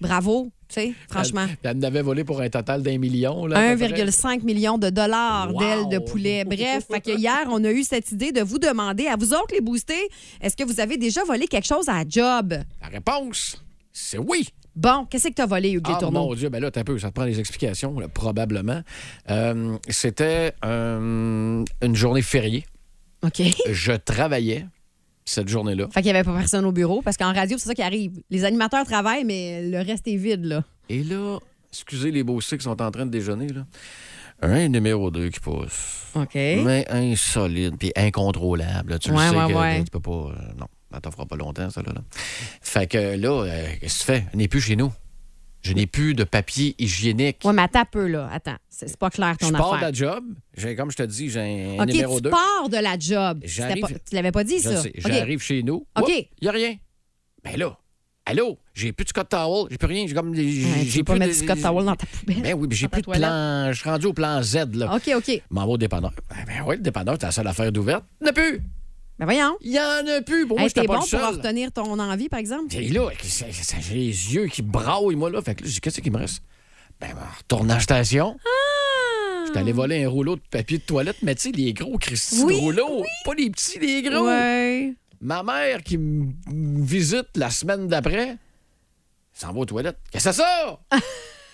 Speaker 2: Bravo, tu sais, franchement.
Speaker 1: Elle, elle en avait volé pour un total d'un million. là, à peu près.
Speaker 2: 1,5 million de dollars
Speaker 1: Wow.
Speaker 2: d'ailes de poulet. Bref, fait que hier, on a eu cette idée de vous demander, à vous autres les boostés, est-ce que vous avez déjà volé quelque chose à la job?
Speaker 1: La réponse, c'est oui.
Speaker 2: Bon, qu'est-ce que t'as volé, Hugues
Speaker 1: Ah,
Speaker 2: Létourneau?
Speaker 1: mon Dieu, ben là, t'as un peu, ça te prend des explications, là, probablement. Euh, C'était euh, une journée fériée.
Speaker 2: OK.
Speaker 1: Je travaillais cette journée-là.
Speaker 2: Fait qu'il n'y avait pas personne au bureau, parce qu'en radio, c'est ça qui arrive. Les animateurs travaillent, mais le reste est vide, là.
Speaker 1: Et là, excusez les beaux qui sont en train de déjeuner, là. Un numéro 2 qui passe.
Speaker 2: OK.
Speaker 1: Mais insolide, puis incontrôlable. là. Tu
Speaker 2: Ouais,
Speaker 1: le sais
Speaker 2: ouais,
Speaker 1: que
Speaker 2: ouais.
Speaker 1: tu peux pas. euh, non, ça t'en fera pas longtemps, ça, là. là. Fait que là, euh, qu'est-ce que tu fais? On n'est plus chez nous. Je n'ai plus de papier hygiénique.
Speaker 2: Ouais, mais attends un peu, là. Attends, c'est c'est pas clair ton
Speaker 1: je pars de
Speaker 2: affaire.
Speaker 1: la job. J'ai, comme je te dis, j'ai un
Speaker 2: OK,
Speaker 1: numéro
Speaker 2: tu
Speaker 1: 2.
Speaker 2: pars de la job.
Speaker 1: J'arrive-
Speaker 2: C'était pas- tu l'avais pas dit,
Speaker 1: Je
Speaker 2: ça?
Speaker 1: sais.
Speaker 2: OK.
Speaker 1: J'arrive chez nous.
Speaker 2: OK.
Speaker 1: Il n'y a rien. Ben là, allô, j'ai plus de Scott Towel, j'ai plus rien. J'ai comme. J'ai
Speaker 2: Ouais, tu
Speaker 1: j'ai
Speaker 2: peux pas
Speaker 1: plus
Speaker 2: mettre
Speaker 1: de-
Speaker 2: du Scott Towel dans ta poubelle.
Speaker 1: Ben oui, mais j'ai
Speaker 2: dans ta
Speaker 1: plus de
Speaker 2: toilette.
Speaker 1: plan. Je suis rendu au plan Z, là.
Speaker 2: OK, OK.
Speaker 1: M'en vais au dépanneur. Ben, ben oui, le dépanneur, c'est la seule affaire d'ouverte. Il n'y en a plus.
Speaker 2: Ben voyons.
Speaker 1: Il n'y en a plus. Pour moi,
Speaker 2: Hey,
Speaker 1: j'étais
Speaker 2: t'es
Speaker 1: pas
Speaker 2: bon
Speaker 1: le
Speaker 2: pour
Speaker 1: seul.
Speaker 2: retenir ton envie, par exemple?
Speaker 1: Et là, c'est- c'est- j'ai les yeux qui braillent, moi, là. Fait que là, j'ai dit, qu'est-ce qui me reste? Ben, ben, retourne en station. Je suis allé voler un rouleau de papier de toilette, mais tu sais, les gros Christy de
Speaker 2: Ah. Oui,
Speaker 1: rouleaux, pas les petits, les gros.
Speaker 2: Ouais.
Speaker 1: Ma mère qui me me visite la semaine d'après, s'en va aux toilettes. Qu'est-ce que c'est ça?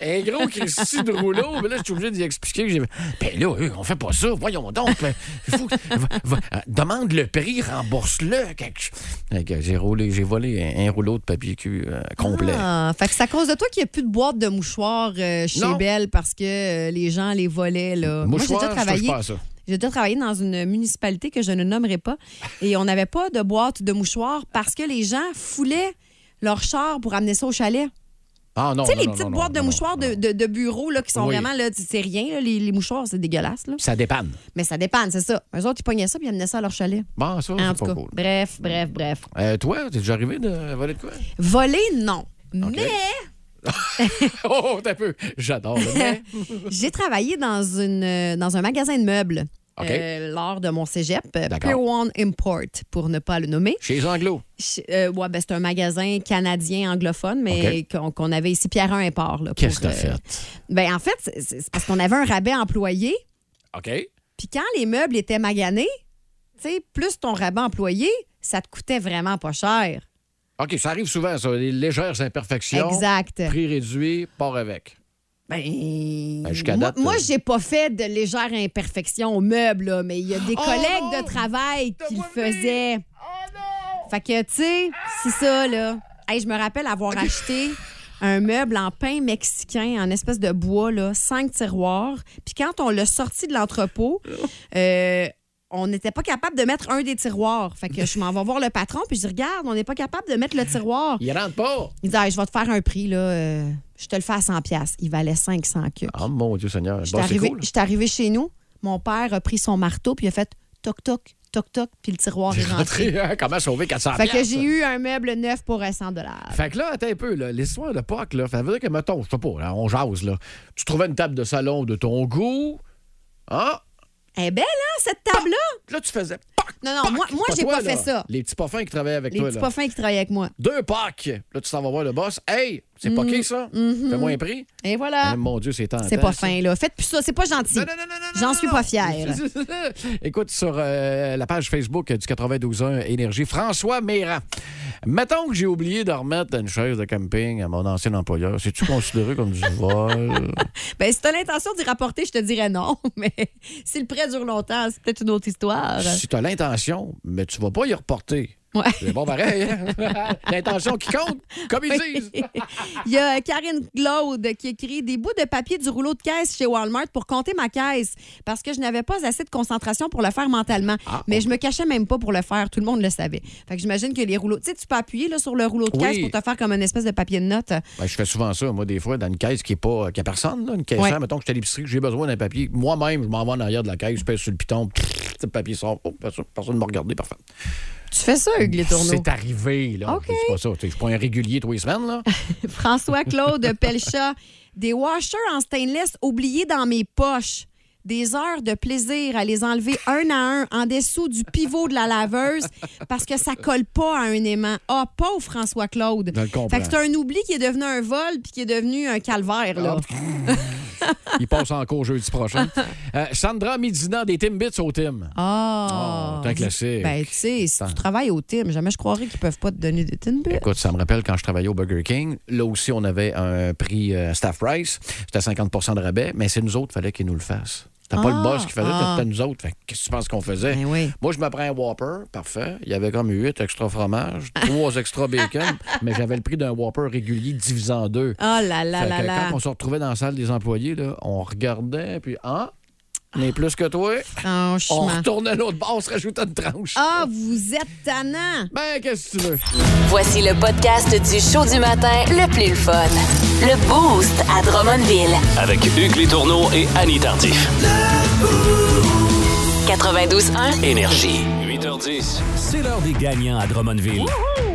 Speaker 1: Un gros Christy de rouleau. Mais là, je suis obligé d'y expliquer que j'ai. Ben là, euh, on fait pas ça. Voyons donc. Ben, il faut que- va- va- euh, demande le prix, rembourse-le. quelque chose. Fait que J'ai roulé, j'ai volé un, un rouleau de papier cul euh, complet.
Speaker 2: Ah, fait que c'est à cause de toi qu'il n'y a plus de boîte de mouchoirs euh, chez
Speaker 1: Non.
Speaker 2: Belle parce que euh, les gens les volaient. Là. Moi, j'ai
Speaker 1: Mouchoir,
Speaker 2: déjà
Speaker 1: je touche
Speaker 2: travaillé.
Speaker 1: pas à ça.
Speaker 2: J'ai déjà travaillé dans une municipalité que je ne nommerai pas et on n'avait pas de boîte de mouchoirs parce que les gens foulaient leur char pour amener ça au chalet.
Speaker 1: Ah non.
Speaker 2: tu sais,
Speaker 1: non,
Speaker 2: les
Speaker 1: non,
Speaker 2: petites
Speaker 1: non,
Speaker 2: boîtes
Speaker 1: non,
Speaker 2: de
Speaker 1: non.
Speaker 2: mouchoirs de, de, de bureau là, qui sont
Speaker 1: Oui.
Speaker 2: vraiment, là, c'est rien, là, les, les mouchoirs, c'est dégueulasse. Là.
Speaker 1: Ça dépanne.
Speaker 2: Mais ça dépend, c'est ça. Eux autres, ils pognaient ça puis ils amenaient ça à leur chalet.
Speaker 1: Bon, ça,
Speaker 2: en
Speaker 1: c'est
Speaker 2: tout
Speaker 1: pas
Speaker 2: cas,
Speaker 1: cool.
Speaker 2: bref, bref, bref.
Speaker 1: Euh, toi, t'es déjà arrivé de voler de quoi?
Speaker 2: Voler, non. Mais
Speaker 1: Oh, t'as peu. J'adore. le mais.
Speaker 2: J'ai travaillé dans, une, euh, dans un magasin de meubles
Speaker 1: OK.
Speaker 2: euh, lors de mon cégep, euh,
Speaker 1: D'accord.
Speaker 2: Pier One Import, pour ne pas le nommer.
Speaker 1: Chez les Anglo.
Speaker 2: Ch- euh, ouais, ben, c'est un magasin canadien anglophone, mais qu'on qu'on avait ici Pierre Import. là, pour,
Speaker 1: Qu'est-ce que t'as
Speaker 2: euh,
Speaker 1: fait?
Speaker 2: Ben, en fait, c'est- c'est parce qu'on avait un rabais employé,
Speaker 1: OK.
Speaker 2: puis quand les meubles étaient maganés, tu sais, plus ton rabais employé, ça te coûtait vraiment pas cher.
Speaker 1: OK, ça arrive souvent, ça. Les légères imperfections.
Speaker 2: Exact.
Speaker 1: Prix réduit, part avec.
Speaker 2: Ben,
Speaker 1: Ben, jusqu'à
Speaker 2: moi,
Speaker 1: date,
Speaker 2: moi,
Speaker 1: euh,
Speaker 2: j'ai pas fait de légère imperfection au meuble, là, mais il y a des
Speaker 1: Oh
Speaker 2: collègues
Speaker 1: non!
Speaker 2: de travail qui le faisaient.
Speaker 1: Oh
Speaker 2: Fait que, tu sais, c'est ça, là. Hey, je me rappelle avoir acheté un meuble en pain mexicain, en espèce de bois, là, cinq tiroirs. Puis quand on l'a sorti de l'entrepôt, euh, on n'était pas capable de mettre un des tiroirs. Fait que je m'en vais voir le patron, puis je dis, regarde, on n'est pas capable de mettre le tiroir.
Speaker 1: Il rentre pas.
Speaker 2: Il dit, Hey, je vais te faire un prix, là. euh, je te le fais à 100 pièces. Il valait 500 que.
Speaker 1: Oh mon Dieu Seigneur.
Speaker 2: J'étais
Speaker 1: Bon, c'est
Speaker 2: arrivée
Speaker 1: cool.
Speaker 2: j'étais arrivée chez nous. Mon père a pris son marteau puis il a fait toc toc toc toc puis le tiroir est rentré.
Speaker 1: Rentré, hein, comment sauver 400
Speaker 2: Fait que
Speaker 1: piastres?
Speaker 2: j'ai eu un meuble neuf pour 100 dollars.
Speaker 1: Fait que là, attends un peu, là, l'histoire de Pâques, là, ça veut dire que, mettons, je sais pas, là, on jase, là. Tu trouvais une table de salon de ton goût, hein?
Speaker 2: Elle est belle hein cette table là.
Speaker 1: Là, tu faisais Pâques!
Speaker 2: Non non,
Speaker 1: Pâques!
Speaker 2: moi moi j'ai
Speaker 1: toi,
Speaker 2: pas
Speaker 1: là.
Speaker 2: fait ça.
Speaker 1: Les petits parfums qui travaillaient avec
Speaker 2: Les
Speaker 1: toi,
Speaker 2: petits
Speaker 1: là.
Speaker 2: pas fins qui travaillaient avec moi.
Speaker 1: Deux Pâques. Là, tu t'en vas voir le boss. Hey, C'est
Speaker 2: Mhm.
Speaker 1: pas qui, ça?
Speaker 2: Mhm.
Speaker 1: Fait moins prix.
Speaker 2: Et voilà.
Speaker 1: Eh, mon Dieu, c'est tentant.
Speaker 2: Ah. C'est pas
Speaker 1: ça.
Speaker 2: fin, là. Faites plus ça. C'est pas gentil. J'en suis pas fière.
Speaker 1: Écoute, sur euh, la page Facebook du 92.1 Énergie, François Méran. Mettons que j'ai oublié de remettre une chaise de camping à mon ancien employeur. C'est-tu considéré comme du vol?
Speaker 2: Ben, si t'as l'intention d'y rapporter, je te dirais non. Mais si le prêt dure longtemps, c'est peut-être une autre histoire.
Speaker 1: Si tu as l'intention, mais tu vas pas y reporter.
Speaker 2: Ouais.
Speaker 1: C'est bon pareil. hein? l'intention qui compte, comme ils disent.
Speaker 2: Il y a Karine Claude qui écrit des bouts de papier du rouleau de caisse chez Walmart pour compter ma caisse parce que je n'avais pas assez de concentration pour le faire mentalement.
Speaker 1: Ah,
Speaker 2: Mais
Speaker 1: oh.
Speaker 2: je me cachais même pas pour le faire. Tout le monde le savait. Fait que j'imagine que les rouleaux. Tu sais, tu peux appuyer là, sur le rouleau de
Speaker 1: Oui.
Speaker 2: caisse pour te faire comme une espèce de papier de note.
Speaker 1: Ben, je fais souvent ça, moi, des fois, dans une caisse qui est pas qui a personne, là, une caisse,
Speaker 2: Ouais.
Speaker 1: hein, mettons que je suis à l'épicerie, que j'ai besoin d'un papier. Moi-même, je m'en vais en arrière de la caisse, je pèse sur le piton, pfff, le papier sort. Oh, personne ne m'a regardé, parfait.
Speaker 2: Tu fais ça, Hugues Les Tourneaux?
Speaker 1: C'est arrivé, là.
Speaker 2: OK.
Speaker 1: C'est pas ça. tu sais, Je suis pas un régulier tous les semaines, là.
Speaker 2: François-Claude Pelcha. Des washers en stainless oubliés dans mes poches. Des heures de plaisir à les enlever un à un en dessous du pivot de la laveuse parce que ça colle pas à un aimant. Ah, pauvre François-Claude.
Speaker 1: Je le comprends.
Speaker 2: Fait que c'est un oubli qui est devenu un vol puis qui est devenu un calvaire,
Speaker 1: Ah,
Speaker 2: là.
Speaker 1: ben, Il passe en cours jeudi prochain. Euh, Sandra Midina des Timbits au Tim.
Speaker 2: Ah!
Speaker 1: Oh, c'est un classique.
Speaker 2: Ben, tu sais, si tu travailles au team, jamais je croirais qu'ils peuvent pas te donner de Timbits.
Speaker 1: Écoute, ça me rappelle quand je travaillais au Burger King. Là aussi, on avait un prix euh, staff price. C'était 50 de rabais, mais c'est nous autres, fallait qu'ils nous le fassent. C'était pas
Speaker 2: Ah,
Speaker 1: le boss qui faisait,
Speaker 2: ah. Ben
Speaker 1: c'était nous autres. Fait que Qu'est-ce que tu penses qu'on faisait? Moi, je me prends un Whopper, parfait. Il y avait comme huit extra fromages, trois extra bacon, mais j'avais le prix d'un Whopper régulier divisé en deux.
Speaker 2: Oh là là
Speaker 1: Fait
Speaker 2: là
Speaker 1: que
Speaker 2: là.
Speaker 1: Quand on se retrouvait dans la salle des employés, là, on regardait, puis ah, mais plus que toi. On Oh, retournait à l'autre bord, on se rajoutait une tranche.
Speaker 2: Ah, vous êtes tannant!
Speaker 1: Ben, qu'est-ce que tu veux?
Speaker 3: Voici le podcast du show du matin le plus le fun. Le Boost à Drummondville.
Speaker 4: Avec Hugues Létourneau et Annie Tardif.
Speaker 3: 92.1.
Speaker 4: Énergie. 8h10, c'est l'heure des gagnants à Drummondville.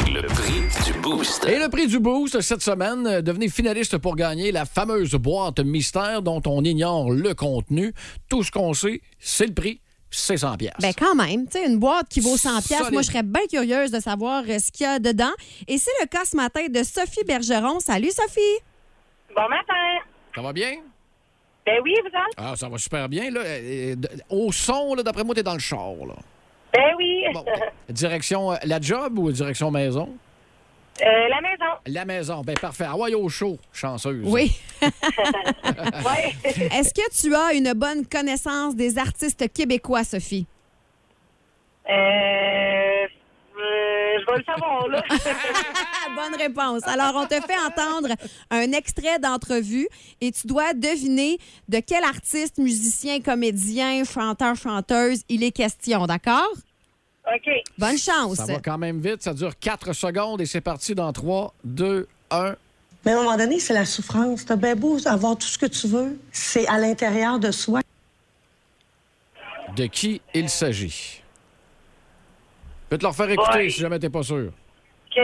Speaker 4: Le prix du boost.
Speaker 1: Et le prix du boost cette semaine, euh, devenez finaliste pour gagner la fameuse boîte mystère dont on ignore le contenu. Tout ce qu'on sait, c'est le prix, c'est 100 pièces.
Speaker 2: Ben quand même, tu sais, une boîte qui vaut 100 pièces,
Speaker 1: Solide.
Speaker 2: moi je serais bien curieuse de savoir euh, ce qu'il y a dedans. Et c'est le cas ce matin de Sophie Bergeron. Salut Sophie.
Speaker 10: Bon matin.
Speaker 1: Ça va bien?
Speaker 10: Ben oui, vous autres?
Speaker 1: Ah, ça va super bien. Là. Euh, euh, d- Au son, là, d'après moi, t'es dans le char. Là.
Speaker 10: Ben oui.
Speaker 1: Direction euh, la job ou direction maison?
Speaker 10: Euh, la maison.
Speaker 1: La maison, ben parfait. Hawaii au chaud, chanceuse.
Speaker 2: Oui.
Speaker 10: Ouais.
Speaker 2: Est-ce que tu as une bonne connaissance des artistes québécois, Sophie?
Speaker 10: Euh, euh, je vais le savoir, là.
Speaker 2: Bonne réponse. Alors, on te fait entendre un extrait d'entrevue et tu dois deviner de quel artiste, musicien, comédien, chanteur, chanteuse il est question, d'accord?
Speaker 10: OK.
Speaker 2: Bonne chance.
Speaker 1: Ça va quand même vite, ça dure 4 secondes et c'est parti dans 3, 2, 1.
Speaker 11: Mais à un moment donné, c'est la souffrance. T'as bien beau avoir tout ce que tu veux, c'est à l'intérieur de soi.
Speaker 1: De qui il s'agit? Je vais te le refaire écouter si jamais t'es pas sûr.
Speaker 10: OK.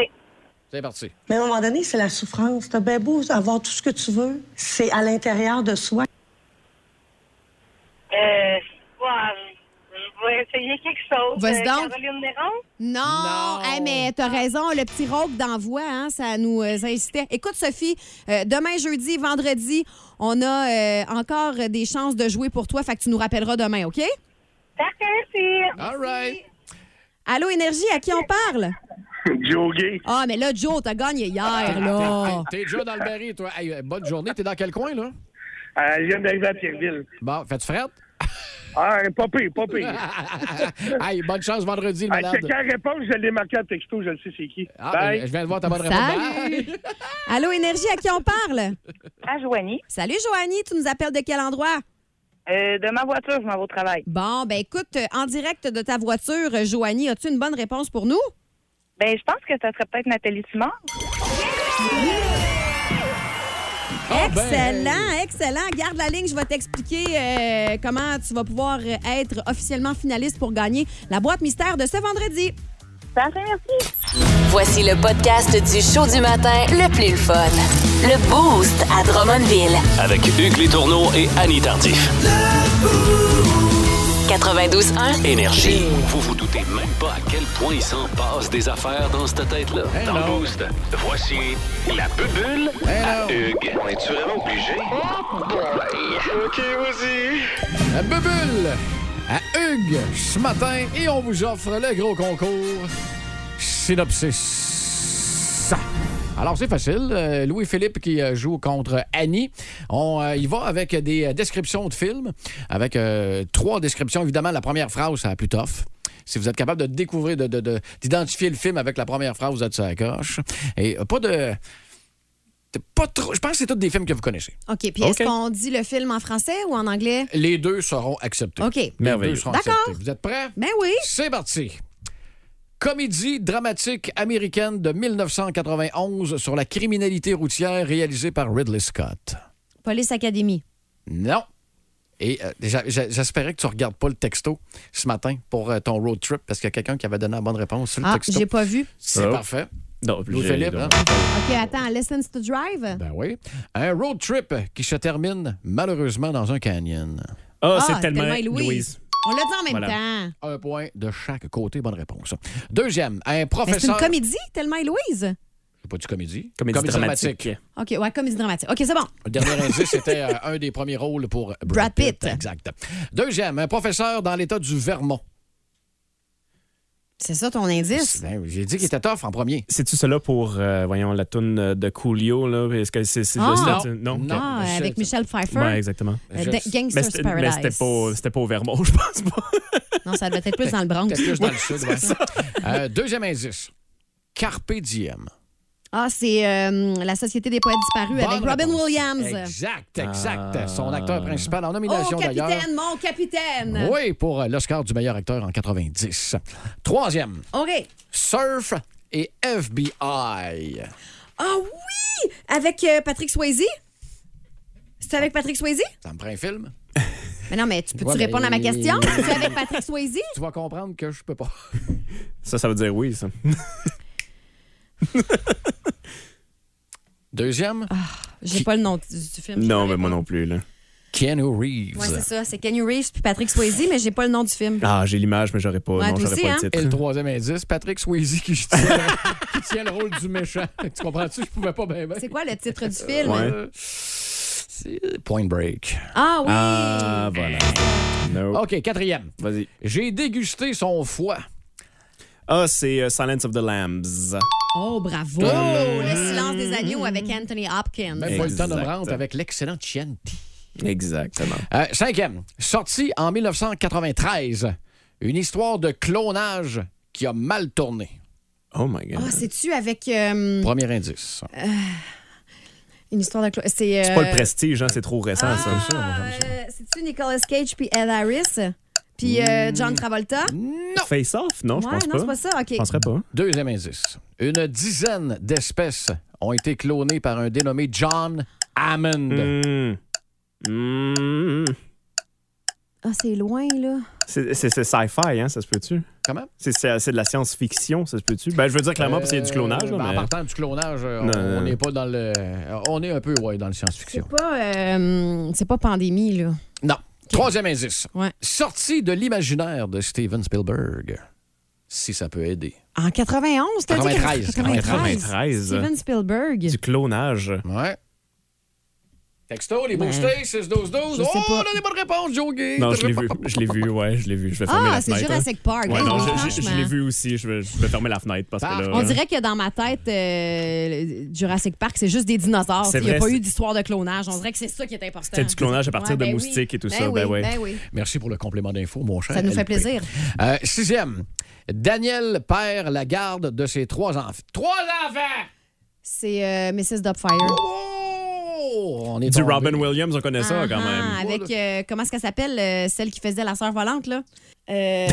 Speaker 1: C'est parti.
Speaker 11: Mais à un moment donné, c'est la souffrance. T'as bien beau avoir tout ce que tu veux, c'est à l'intérieur de soi.
Speaker 10: Euh, ouais, je vais essayer quelque chose. Euh,
Speaker 2: Vas-y donc.
Speaker 10: Caroline Néron?
Speaker 2: Non, Hey, mais t'as raison, le petit rogue d'envoi, hein, ça nous euh, ça incitait. Écoute, Sophie, euh, demain, jeudi, vendredi, on a euh, encore des chances de jouer pour toi, fait que tu nous rappelleras demain, OK?
Speaker 10: Parfait, merci.
Speaker 1: All right.
Speaker 2: Allô, Énergie, à qui on parle?
Speaker 12: Joe Gay.
Speaker 2: Ah, mais là, Joe, t'as gagné hier, là.
Speaker 1: T'es déjà dans le baril, toi. Hey, euh, bonne journée. T'es dans quel coin, là?
Speaker 12: Euh, je viens d'arriver à Pierreville.
Speaker 1: Bon, faites frette?
Speaker 12: Ah, pas pire, pas pire.
Speaker 1: hey, bonne chance vendredi, le
Speaker 12: Ah,
Speaker 1: malade.
Speaker 12: Quelqu'un répond, je l'ai marqué en texto, je le sais c'est qui.
Speaker 1: Ah,
Speaker 12: Bye.
Speaker 1: ben, je viens de voir ta bonne réponse.
Speaker 2: Salut.
Speaker 1: Bye.
Speaker 2: Allô, Énergie, à qui on parle?
Speaker 10: À Joanie. Euh,
Speaker 2: Salut, Joanie, tu nous appelles de quel endroit?
Speaker 10: de ma voiture, je m'en vais au travail.
Speaker 2: Bon, ben écoute, euh, en direct de ta voiture, euh, Joanie, as-tu une bonne réponse pour nous?
Speaker 10: Ben, je pense que ça serait peut-être Nathalie Simard.
Speaker 1: Ah, ben.
Speaker 2: Excellent, excellent. Garde la ligne, je vais t'expliquer euh, comment tu vas pouvoir euh, être officiellement finaliste pour gagner la boîte mystère de ce vendredi.
Speaker 10: Parfait, merci.
Speaker 3: Voici le podcast du show du matin le plus le fun. Le Boost à Drummondville.
Speaker 4: Avec Hugues Létourneau et Annie Tardif.
Speaker 3: 92.1.
Speaker 4: Énergie. Vous vous doutez même pas à quel point il s'en passe des affaires dans cette tête-là. Dans le Boost, voici la bubule à Hugues. On est-tu vraiment obligé?
Speaker 1: Oh, OK, vas-y. La bubule à Hugues ce matin et on vous offre le gros concours Synopsis. Alors, c'est facile. Euh, Louis-Philippe qui euh, joue contre Annie. On euh, y va avec des euh, descriptions de films, avec euh, trois descriptions. Évidemment, la première phrase, c'est la plus tough. Si vous êtes capable de découvrir, de- de- de- d'identifier le film avec la première phrase, vous êtes sur la coche. Et euh, pas de... de- Pas trop, je pense que c'est tous des films que vous connaissez.
Speaker 2: OK. Puis
Speaker 1: OK.
Speaker 2: est-ce qu'on dit le film en français ou en anglais?
Speaker 1: Les deux seront acceptés.
Speaker 2: OK.
Speaker 1: Les
Speaker 2: Merveilleux.
Speaker 1: deux seront
Speaker 2: D'accord.
Speaker 1: acceptés. Vous êtes prêts?
Speaker 2: Ben oui.
Speaker 1: C'est parti. Comédie dramatique américaine de 1991 sur la criminalité routière réalisée par Ridley Scott.
Speaker 2: Police Academy.
Speaker 1: Non. Et euh, j'a- j'a- j'espérais que tu regardes pas le texto ce matin pour euh, ton road trip parce qu'il y a quelqu'un qui avait donné la bonne réponse sur le
Speaker 2: Ah,
Speaker 1: texto.
Speaker 2: j'ai pas vu.
Speaker 1: C'est
Speaker 7: Oh.
Speaker 1: parfait.
Speaker 7: Non,
Speaker 1: Louis
Speaker 7: j'ai-
Speaker 1: Philippe,
Speaker 7: non.
Speaker 1: hein?
Speaker 2: OK, attends. Lessons to
Speaker 7: Ah,
Speaker 2: Drive.
Speaker 1: Ben oui. Un road trip qui se termine malheureusement dans un canyon.
Speaker 7: Ah,
Speaker 2: Ah, Thelma et Louise. On l'a dit en même
Speaker 1: Voilà.
Speaker 2: temps.
Speaker 1: Un point de chaque côté, bonne réponse. Deuxième, un
Speaker 2: Mais c'est une
Speaker 1: professeur.
Speaker 2: comédie, tellement et Louise.
Speaker 1: C'est pas du comédie.
Speaker 7: Comédie dramatique.
Speaker 2: OK, ouais, comédie dramatique. OK, c'est bon.
Speaker 1: Le dernier indice, c'était euh, un des premiers rôles pour Brad,
Speaker 2: Brad Pitt.
Speaker 1: Exact. Deuxième, un professeur dans l'État du Vermont.
Speaker 2: C'est ça ton indice?
Speaker 1: Ben, J'ai dit qu'il était tough en premier.
Speaker 7: C'est-tu cela pour, euh, voyons, la toune euh, de Coolio, là? Est-ce que c'est... c'est-
Speaker 2: Ah.
Speaker 7: c'est- Non.
Speaker 1: Non.
Speaker 7: ok.
Speaker 2: Ah,
Speaker 1: je-
Speaker 2: avec Michel Pfeiffer.
Speaker 7: Ouais, exactement.
Speaker 2: Euh, Da-
Speaker 7: Mais
Speaker 2: Gangster's
Speaker 7: c'était- mais
Speaker 2: Paradise.
Speaker 7: c'était pas, c'était pas au Vermont, je pense pas.
Speaker 2: Non, ça devait être plus dans le Bronx.
Speaker 1: Peut-être plus dans le sud, ouais.
Speaker 7: c'est ça.
Speaker 1: Euh, Deuxième indice, Carpe Diem.
Speaker 2: Ah, c'est euh, La Société des poètes disparus
Speaker 1: Bonne
Speaker 2: avec Robin
Speaker 1: réponse.
Speaker 2: Williams.
Speaker 1: Exact, exact.
Speaker 7: Ah.
Speaker 1: Son acteur principal en nomination
Speaker 2: Oh,
Speaker 1: d'ailleurs.
Speaker 2: capitaine, mon capitaine.
Speaker 1: Oui, pour euh, l'Oscar du meilleur acteur en 90. Troisième,
Speaker 2: OK.
Speaker 1: Surf et FBI.
Speaker 2: Ah oui! Avec euh, Patrick Swayze? C'est avec Patrick Swayze?
Speaker 1: Ça me prend un film?
Speaker 2: Mais non, mais tu peux-tu
Speaker 1: Ouais, mais-
Speaker 2: répondre à ma question? C'est avec Patrick Swayze?
Speaker 1: Tu vas comprendre que je peux pas.
Speaker 7: Ça, ça veut dire oui, ça.
Speaker 1: Deuxième,
Speaker 2: J'ai pas le nom du, du film.
Speaker 7: non, mais moi non plus, là.
Speaker 1: Keanu Reeves.
Speaker 2: Oui, c'est ça. C'est Kenny Reeves puis Patrick Swayze, mais j'ai pas le nom du film.
Speaker 7: Ah, j'ai l'image, mais j'aurais pas,
Speaker 2: Ouais,
Speaker 7: non,
Speaker 2: toi
Speaker 7: j'aurais
Speaker 2: aussi,
Speaker 7: pas
Speaker 2: hein?
Speaker 7: le
Speaker 1: Et le
Speaker 7: titre.
Speaker 1: troisième indice, Patrick Swayze qui tient, le- qui tient le rôle du méchant. tu comprends-tu? Je pouvais pas bien, bien.
Speaker 2: C'est quoi le titre du film?
Speaker 7: Ouais.
Speaker 1: Euh, c'est Point Break.
Speaker 2: Ah oui!
Speaker 7: Ah, voilà. No.
Speaker 1: OK, quatrième.
Speaker 7: Vas-y.
Speaker 1: J'ai dégusté son foie.
Speaker 7: Ah, c'est euh, Silence of the Lambs.
Speaker 2: Oh, bravo! Le silence des agneaux avec Anthony Hopkins.
Speaker 1: Même pas le temps de me
Speaker 7: Exact.
Speaker 1: rendre avec l'excellent Chianti.
Speaker 7: Exactement.
Speaker 1: Euh, cinquième. Sorti en 1993. Une histoire de clonage qui a mal tourné.
Speaker 7: Oh my God.
Speaker 2: Ah, c'est-tu avec euh,
Speaker 1: Premier indice.
Speaker 2: une histoire de... Clo- C'est
Speaker 7: c'est
Speaker 2: euh,
Speaker 7: pas le prestige, hein, c'est trop récent, ça.
Speaker 2: ah, euh, C'est-tu Nicolas Cage puis Ed Harris? Puis euh, John Travolta?
Speaker 7: Face Off? Non, Hmm. je
Speaker 2: ouais,
Speaker 7: pense
Speaker 2: non,
Speaker 7: pas.
Speaker 2: c'est pas ça. OK.
Speaker 7: Je penserais pas.
Speaker 1: Deuxième indice. Une dizaine d'espèces ont été clonées par un dénommé John Hammond.
Speaker 7: Hmm. Hmm.
Speaker 2: Ah, c'est loin, là.
Speaker 7: C'est c'est- c'est sci-fi, hein, ça se peut-tu?
Speaker 1: Comment?
Speaker 7: C'est- C'est c'est de la science-fiction, ça se peut-tu? Ben, je veux dire clairement parce qu'il y a du clonage.
Speaker 1: Euh,
Speaker 7: là,
Speaker 2: bah,
Speaker 1: ben, En
Speaker 7: mais...
Speaker 1: partant du clonage, euh,
Speaker 7: Non,
Speaker 1: on
Speaker 7: non.
Speaker 1: n'est pas dans le. euh, On est un peu ouais, dans le science-fiction.
Speaker 2: C'est pas, euh, c'est pas pandémie, là.
Speaker 1: Non. Troisième indice.
Speaker 2: Ouais.
Speaker 1: Sorti de l'imaginaire de Steven Spielberg. Si ça peut aider.
Speaker 2: En 91, t'as dit
Speaker 1: 93,
Speaker 7: 93.
Speaker 2: Steven Spielberg.
Speaker 7: Du clonage.
Speaker 1: Ouais. Texto, les boostés, 6-12-12.
Speaker 2: Ben, Je sais
Speaker 1: Oh,
Speaker 2: pas.
Speaker 1: on a des bonnes réponses, Jogué.
Speaker 7: Non, je l'ai vu. Je l'ai vu, ouais, je l'ai vu. Je vais fermer
Speaker 2: Ah,
Speaker 7: la
Speaker 2: c'est
Speaker 7: fenêtre. hein.
Speaker 2: Jurassic Park.
Speaker 7: Ouais,
Speaker 2: Oh,
Speaker 7: non, je- je, je
Speaker 2: franchement.
Speaker 7: l'ai vu aussi. Je vais, je vais fermer la fenêtre parce que là.
Speaker 2: Ah, On dirait que dans ma tête, euh, Jurassic Park, c'est juste des dinosaures.
Speaker 7: C'est
Speaker 2: Il n'y
Speaker 7: vrai,
Speaker 2: a pas
Speaker 7: c'est-
Speaker 2: eu d'histoire de clonage. On dirait que c'est ça qui est important.
Speaker 7: C'était du clonage à partir
Speaker 2: Ouais,
Speaker 7: de
Speaker 2: ben oui.
Speaker 7: moustiques et tout
Speaker 2: Ben
Speaker 7: ça. Ben
Speaker 2: oui,
Speaker 7: ouais.
Speaker 2: ben oui.
Speaker 1: Merci pour le complément d'info, mon cher.
Speaker 2: Ça nous fait
Speaker 1: LP.
Speaker 2: plaisir.
Speaker 1: Euh, sixième. Daniel perd la garde de ses trois enfants. Trois enfants!
Speaker 2: C'est euh, Mrs. Dubfire.
Speaker 1: Oh! On est
Speaker 7: Du
Speaker 1: tombé.
Speaker 7: Robin Williams, on connaît ça quand
Speaker 2: Ah, ah,
Speaker 7: même.
Speaker 2: Avec, euh, comment est-ce qu'elle s'appelle, euh, celle qui faisait la sœur volante, là? Euh,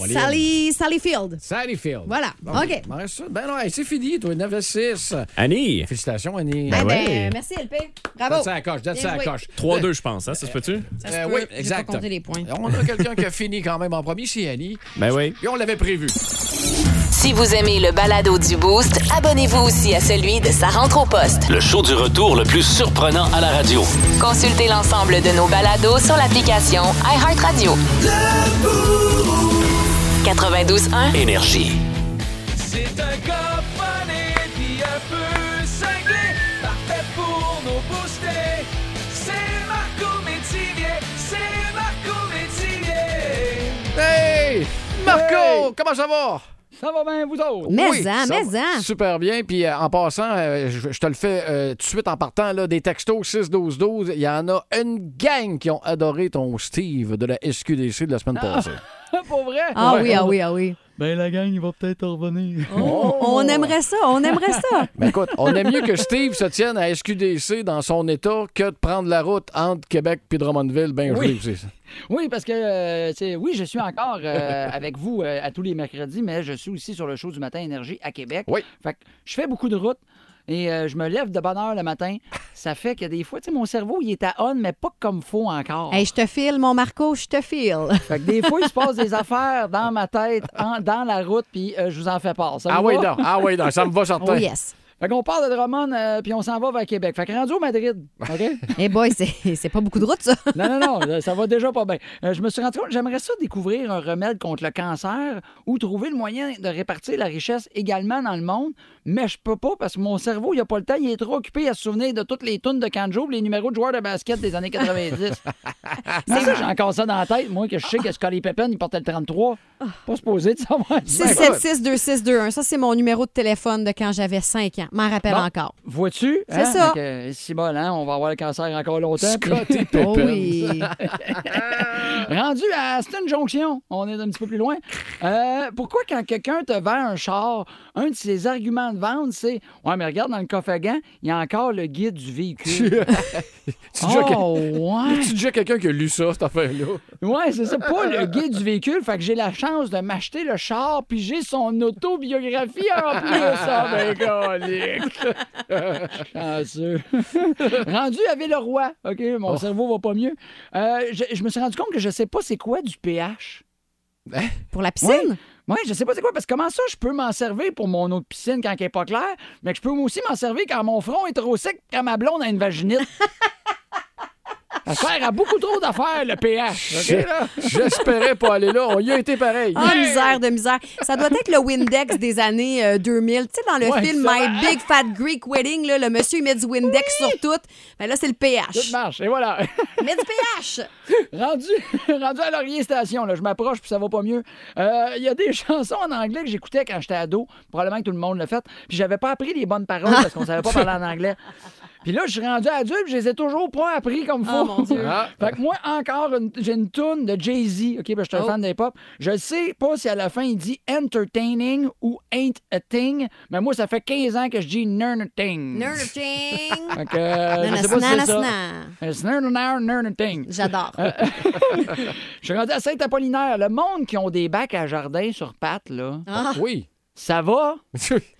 Speaker 1: Oh, Lynn.
Speaker 2: Sally, Sally Field.
Speaker 1: Sally Field.
Speaker 2: Voilà.
Speaker 1: Bon,
Speaker 2: OK.
Speaker 1: il m'en reste ça. Ben non, hey, c'est fini, toi, 9 à 6.
Speaker 7: Annie,
Speaker 1: Félicitations, Annie.
Speaker 2: Eh
Speaker 7: Ben
Speaker 2: ben,
Speaker 7: ouais.
Speaker 2: merci, LP.
Speaker 1: Donne
Speaker 2: Bravo. Ben,
Speaker 1: ça à la coche, donne
Speaker 2: Bien
Speaker 1: ça à la
Speaker 2: joué.
Speaker 1: coche.
Speaker 7: 3-2, je pense, hein, ça se peut-tu?
Speaker 2: Ça
Speaker 1: Euh,
Speaker 2: se peut.
Speaker 1: oui,
Speaker 2: J'ai pas
Speaker 1: exact.
Speaker 2: compté les points.
Speaker 1: On a quelqu'un qui a fini quand même en premier, c'est Annie.
Speaker 7: Ben oui.
Speaker 1: Puis on l'avait prévu.
Speaker 3: Si vous aimez le balado du Boost, abonnez-vous aussi à celui de Sa rentre au poste.
Speaker 4: Le show du retour le plus surprenant à la radio.
Speaker 3: Consultez l'ensemble de nos balados sur l'application iHeartRadio.
Speaker 13: Euh,
Speaker 3: 92.1
Speaker 4: Énergie.
Speaker 14: C'est un gars fané puis un peu cinglé, parfait pour nos booster. C'est Marco Métivier, c'est Marco Métivier.
Speaker 1: Hey! Marco! Comment ça va?
Speaker 13: Ça va bien, vous autres?
Speaker 2: Mais
Speaker 1: Oui,
Speaker 2: en,
Speaker 1: ça
Speaker 2: mais hein.
Speaker 1: va
Speaker 2: en.
Speaker 1: Super bien. Puis euh, en passant, euh, je, je te le fais euh, tout de suite en partant, là, des textos 6-12-12. Il y en a une gang qui ont adoré ton Steve de la SQDC de la semaine passée.
Speaker 13: Pour vrai?
Speaker 2: Ah oui, ah oui, ah oui. Oh,
Speaker 13: Ben, la gang, il va peut-être revenir.
Speaker 2: On aimerait ça, on aimerait ça.
Speaker 1: Mais Ben, écoute, on aime mieux que Steve se tienne à SQDC dans son état que de prendre la route entre Québec puis Drummondville. Ben,
Speaker 13: Oui.
Speaker 1: je l'ai aussi.
Speaker 13: Oui, parce que, euh, c'est- oui, je suis encore euh, avec vous euh, à tous les mercredis, mais je suis aussi sur le show du matin Énergie à Québec. Oui. Fait que je fais beaucoup de routes et euh, je me lève de bonne heure le matin. Ça fait que des fois, tu sais, mon cerveau, il est à on, mais pas comme faut encore.
Speaker 2: Hey, je te file, mon Marco, je te file.
Speaker 13: Fait que des fois, il se passe des affaires dans ma tête, en- dans la route, puis euh, je vous en fais part. Ça vous
Speaker 1: Ah oui,
Speaker 13: va?
Speaker 1: non. Ah oui, non. Ça me va, certain.
Speaker 13: Oh yes. Fait qu'on part de Drummond, euh, puis on s'en va vers Québec. Fait que rendu au Madrid, OK?
Speaker 2: Eh boy, c'est c'est pas beaucoup de route, ça.
Speaker 1: Ben,
Speaker 13: non, non, non, euh, ça va déjà pas bien. Euh, je me suis rendu compte, j'aimerais ça découvrir un remède contre le cancer ou trouver le moyen de répartir la richesse également dans le monde, mais je peux pas parce que mon cerveau, il a pas le temps, il est trop occupé à se souvenir de toutes les tunes de Kanjo les numéros de joueurs de basket des années 90. c'est ça, j'ai encore ça dans la tête, moi, que je sais que Scully Peppen, il portait le 33. Pas supposé de savoir. ça.
Speaker 2: 6762621. Ça, c'est mon numéro de téléphone de quand j'avais 5 ans. M'en rappelle
Speaker 13: Bon.
Speaker 2: encore.
Speaker 13: Vois-tu? hein?
Speaker 2: C'est ça.
Speaker 13: Fait que, c'est bon, hein, on va avoir le cancer encore longtemps.
Speaker 1: Scotty Pippen.
Speaker 13: Oh oui. Rendu à Aston Junction, on est un petit peu plus loin. Euh, pourquoi quand quelqu'un te vend un char, un de ses arguments de vente, c'est « Ouais, mais regarde, dans le coffre à gants, il y a encore le guide du véhicule.
Speaker 1: Tu déjà que-
Speaker 13: Oh, ouais.
Speaker 1: Y a-tu déjà quelqu'un qui a lu ça, cette affaire-là? »
Speaker 13: Ouais, c'est ça, pas le guide du véhicule. Fait que j'ai la chance de m'acheter le char, puis j'ai son autobiographie en plus. Ah, ben, colique. Chanceux. rendu à Ville-Roi, OK, mon
Speaker 14: Oh.
Speaker 13: cerveau va pas mieux. Euh, je, je me suis rendu compte que je sais pas c'est quoi du pH.
Speaker 2: Pour la
Speaker 13: piscine? Oui, je sais pas c'est quoi, parce que comment ça, je peux m'en servir pour mon eau de piscine quand elle est pas claire, mais que je peux aussi m'en servir quand mon front est trop sec, quand ma blonde a une vaginite. Ça sert à beaucoup trop d'affaires, le pH. OK, là?
Speaker 1: J'espérais pas aller là. On y a été pareil.
Speaker 2: Ah, misère de misère. Ça doit être le Windex des années euh, 2000. Tu sais, dans le
Speaker 1: Ouais,
Speaker 2: film
Speaker 1: ça.
Speaker 2: My Big Fat Greek Wedding, là, le monsieur, il met du Windex sur tout. Ben là, c'est le
Speaker 13: Tout
Speaker 2: pH.
Speaker 13: marche, et voilà.
Speaker 2: Mets du pH!
Speaker 13: rendu, rendu à Laurier Station, là, je m'approche puis ça va pas mieux. Euh, Il y a des chansons en anglais que j'écoutais quand j'étais ado. Probablement que tout le monde l'a fait. Puis j'avais pas appris les bonnes paroles parce qu'on savait pas parler en anglais. Puis là, je suis rendu adulte, puis je les ai toujours pas appris comme faut.
Speaker 14: mon Dieu. Ah.
Speaker 13: Fait que moi, encore, une- j'ai une toune de Jay-Z. OK, ben, je suis un
Speaker 14: Oh.
Speaker 13: fan d'hip-hop. Je sais pas si à la fin, il dit entertaining ou ain't a thing, mais moi, ça fait 15 ans que je dis nernerting. Fait que, euh, je sais pas si c'est ça. Euh, Un snurnunar, nurnurting.
Speaker 2: J'adore.
Speaker 13: Je suis rendu à Saint-Apollinaire. Le monde qui ont des bacs à jardin sur pattes, là.
Speaker 1: Ah. Oui.
Speaker 13: Ça va?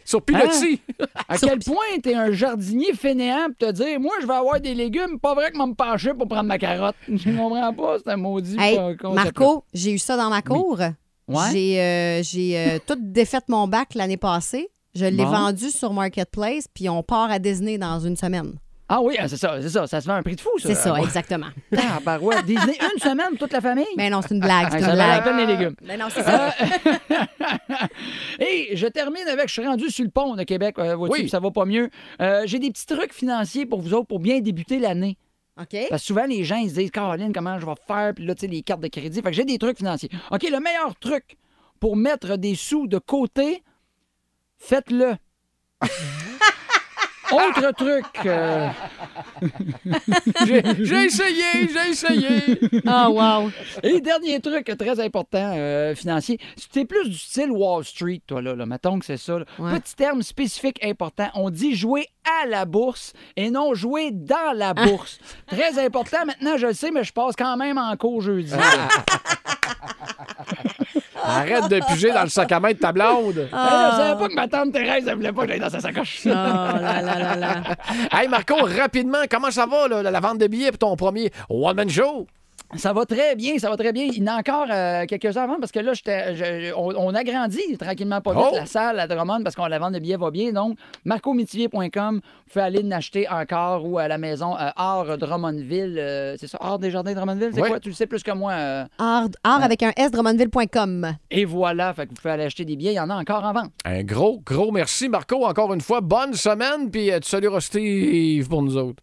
Speaker 1: sur pilotis.
Speaker 13: À quel point t'es un jardinier fainéant pour te dire, moi, je vais avoir des légumes, pas vrai que je vais me pencher pour prendre ma carotte. Je comprends pas, c'est un maudit.
Speaker 2: Hey,
Speaker 13: euh, concept.
Speaker 2: Marco, j'ai eu ça dans ma cour.
Speaker 13: Ouais.
Speaker 2: J'ai euh, j'ai, euh, tout défait mon bac l'année passée. Je l'ai
Speaker 13: Bon.
Speaker 2: vendu sur Marketplace, puis on part à Disney dans une semaine.
Speaker 13: Ah oui, ah, c'est ça, c'est ça. Ça se fait un prix de fou, ça.
Speaker 2: C'est ça,
Speaker 13: Ah, ouais.
Speaker 2: exactement.
Speaker 13: Ah, bah ouais, Disney, une semaine, pour toute la famille?
Speaker 2: Mais non, c'est une blague, c'est
Speaker 13: Ah,
Speaker 2: une
Speaker 13: ça valait la
Speaker 2: blague.
Speaker 13: peine, les légumes. Euh,
Speaker 2: Mais non, c'est ça.
Speaker 13: Et je termine avec, je suis rendu sur le pont de Québec, euh, vois-tu, puis ça va pas mieux. Euh, J'ai des petits trucs financiers pour vous autres pour bien débuter l'année.
Speaker 2: OK.
Speaker 13: Parce que souvent, les gens, ils se disent, Caroline, comment je vais faire? Puis là, tu sais, les cartes de crédit. Fait que j'ai des trucs financiers. OK, le meilleur truc pour mettre des sous de côté, faites-le. Autre truc. euh,
Speaker 1: J'ai
Speaker 13: Ah.
Speaker 1: j'ai essayé, j'ai essayé.
Speaker 2: Ah, wow.
Speaker 13: Et dernier truc très important euh, financier, c'est plus du style Wall Street, toi, là. là. Mettons que c'est ça. là. Petit terme spécifique important. On dit jouer à la bourse et non jouer dans la bourse. très important. Maintenant, je le sais, mais je passe quand même en cours jeudi. là.
Speaker 1: Arrête de piger dans le sac à main de ta blonde.
Speaker 13: Ben là, je savais pas que ma tante Thérèse, elle voulait pas que j'aille dans sa sacoche.
Speaker 2: Oh
Speaker 1: Hey Marco, rapidement, comment ça va, là, la vente de billets pour ton premier One Man Show?
Speaker 13: Ça va très bien, ça va très bien. Il y en a encore euh, quelques heures avant parce que là, j'étais- je- on, on agrandit tranquillement pas vite
Speaker 14: Oh!
Speaker 13: la salle à Drummond parce qu'on la vente de billets va bien. Donc, marcomitivier.com, vous pouvez aller l'acheter encore ou à la maison euh, Art Drummondville. euh, c'est ça, Art des Jardins Drummondville, c'est
Speaker 2: Ouais.
Speaker 13: quoi? Tu le sais plus que moi. euh.
Speaker 2: Art, art avec un S, drummondville.com.
Speaker 13: Et voilà, fait que vous pouvez aller acheter des billets, il y en a encore en vente.
Speaker 1: Un gros, gros merci, Marco, encore une fois. Bonne semaine, puis euh, tu salueras Steve pour nous autres.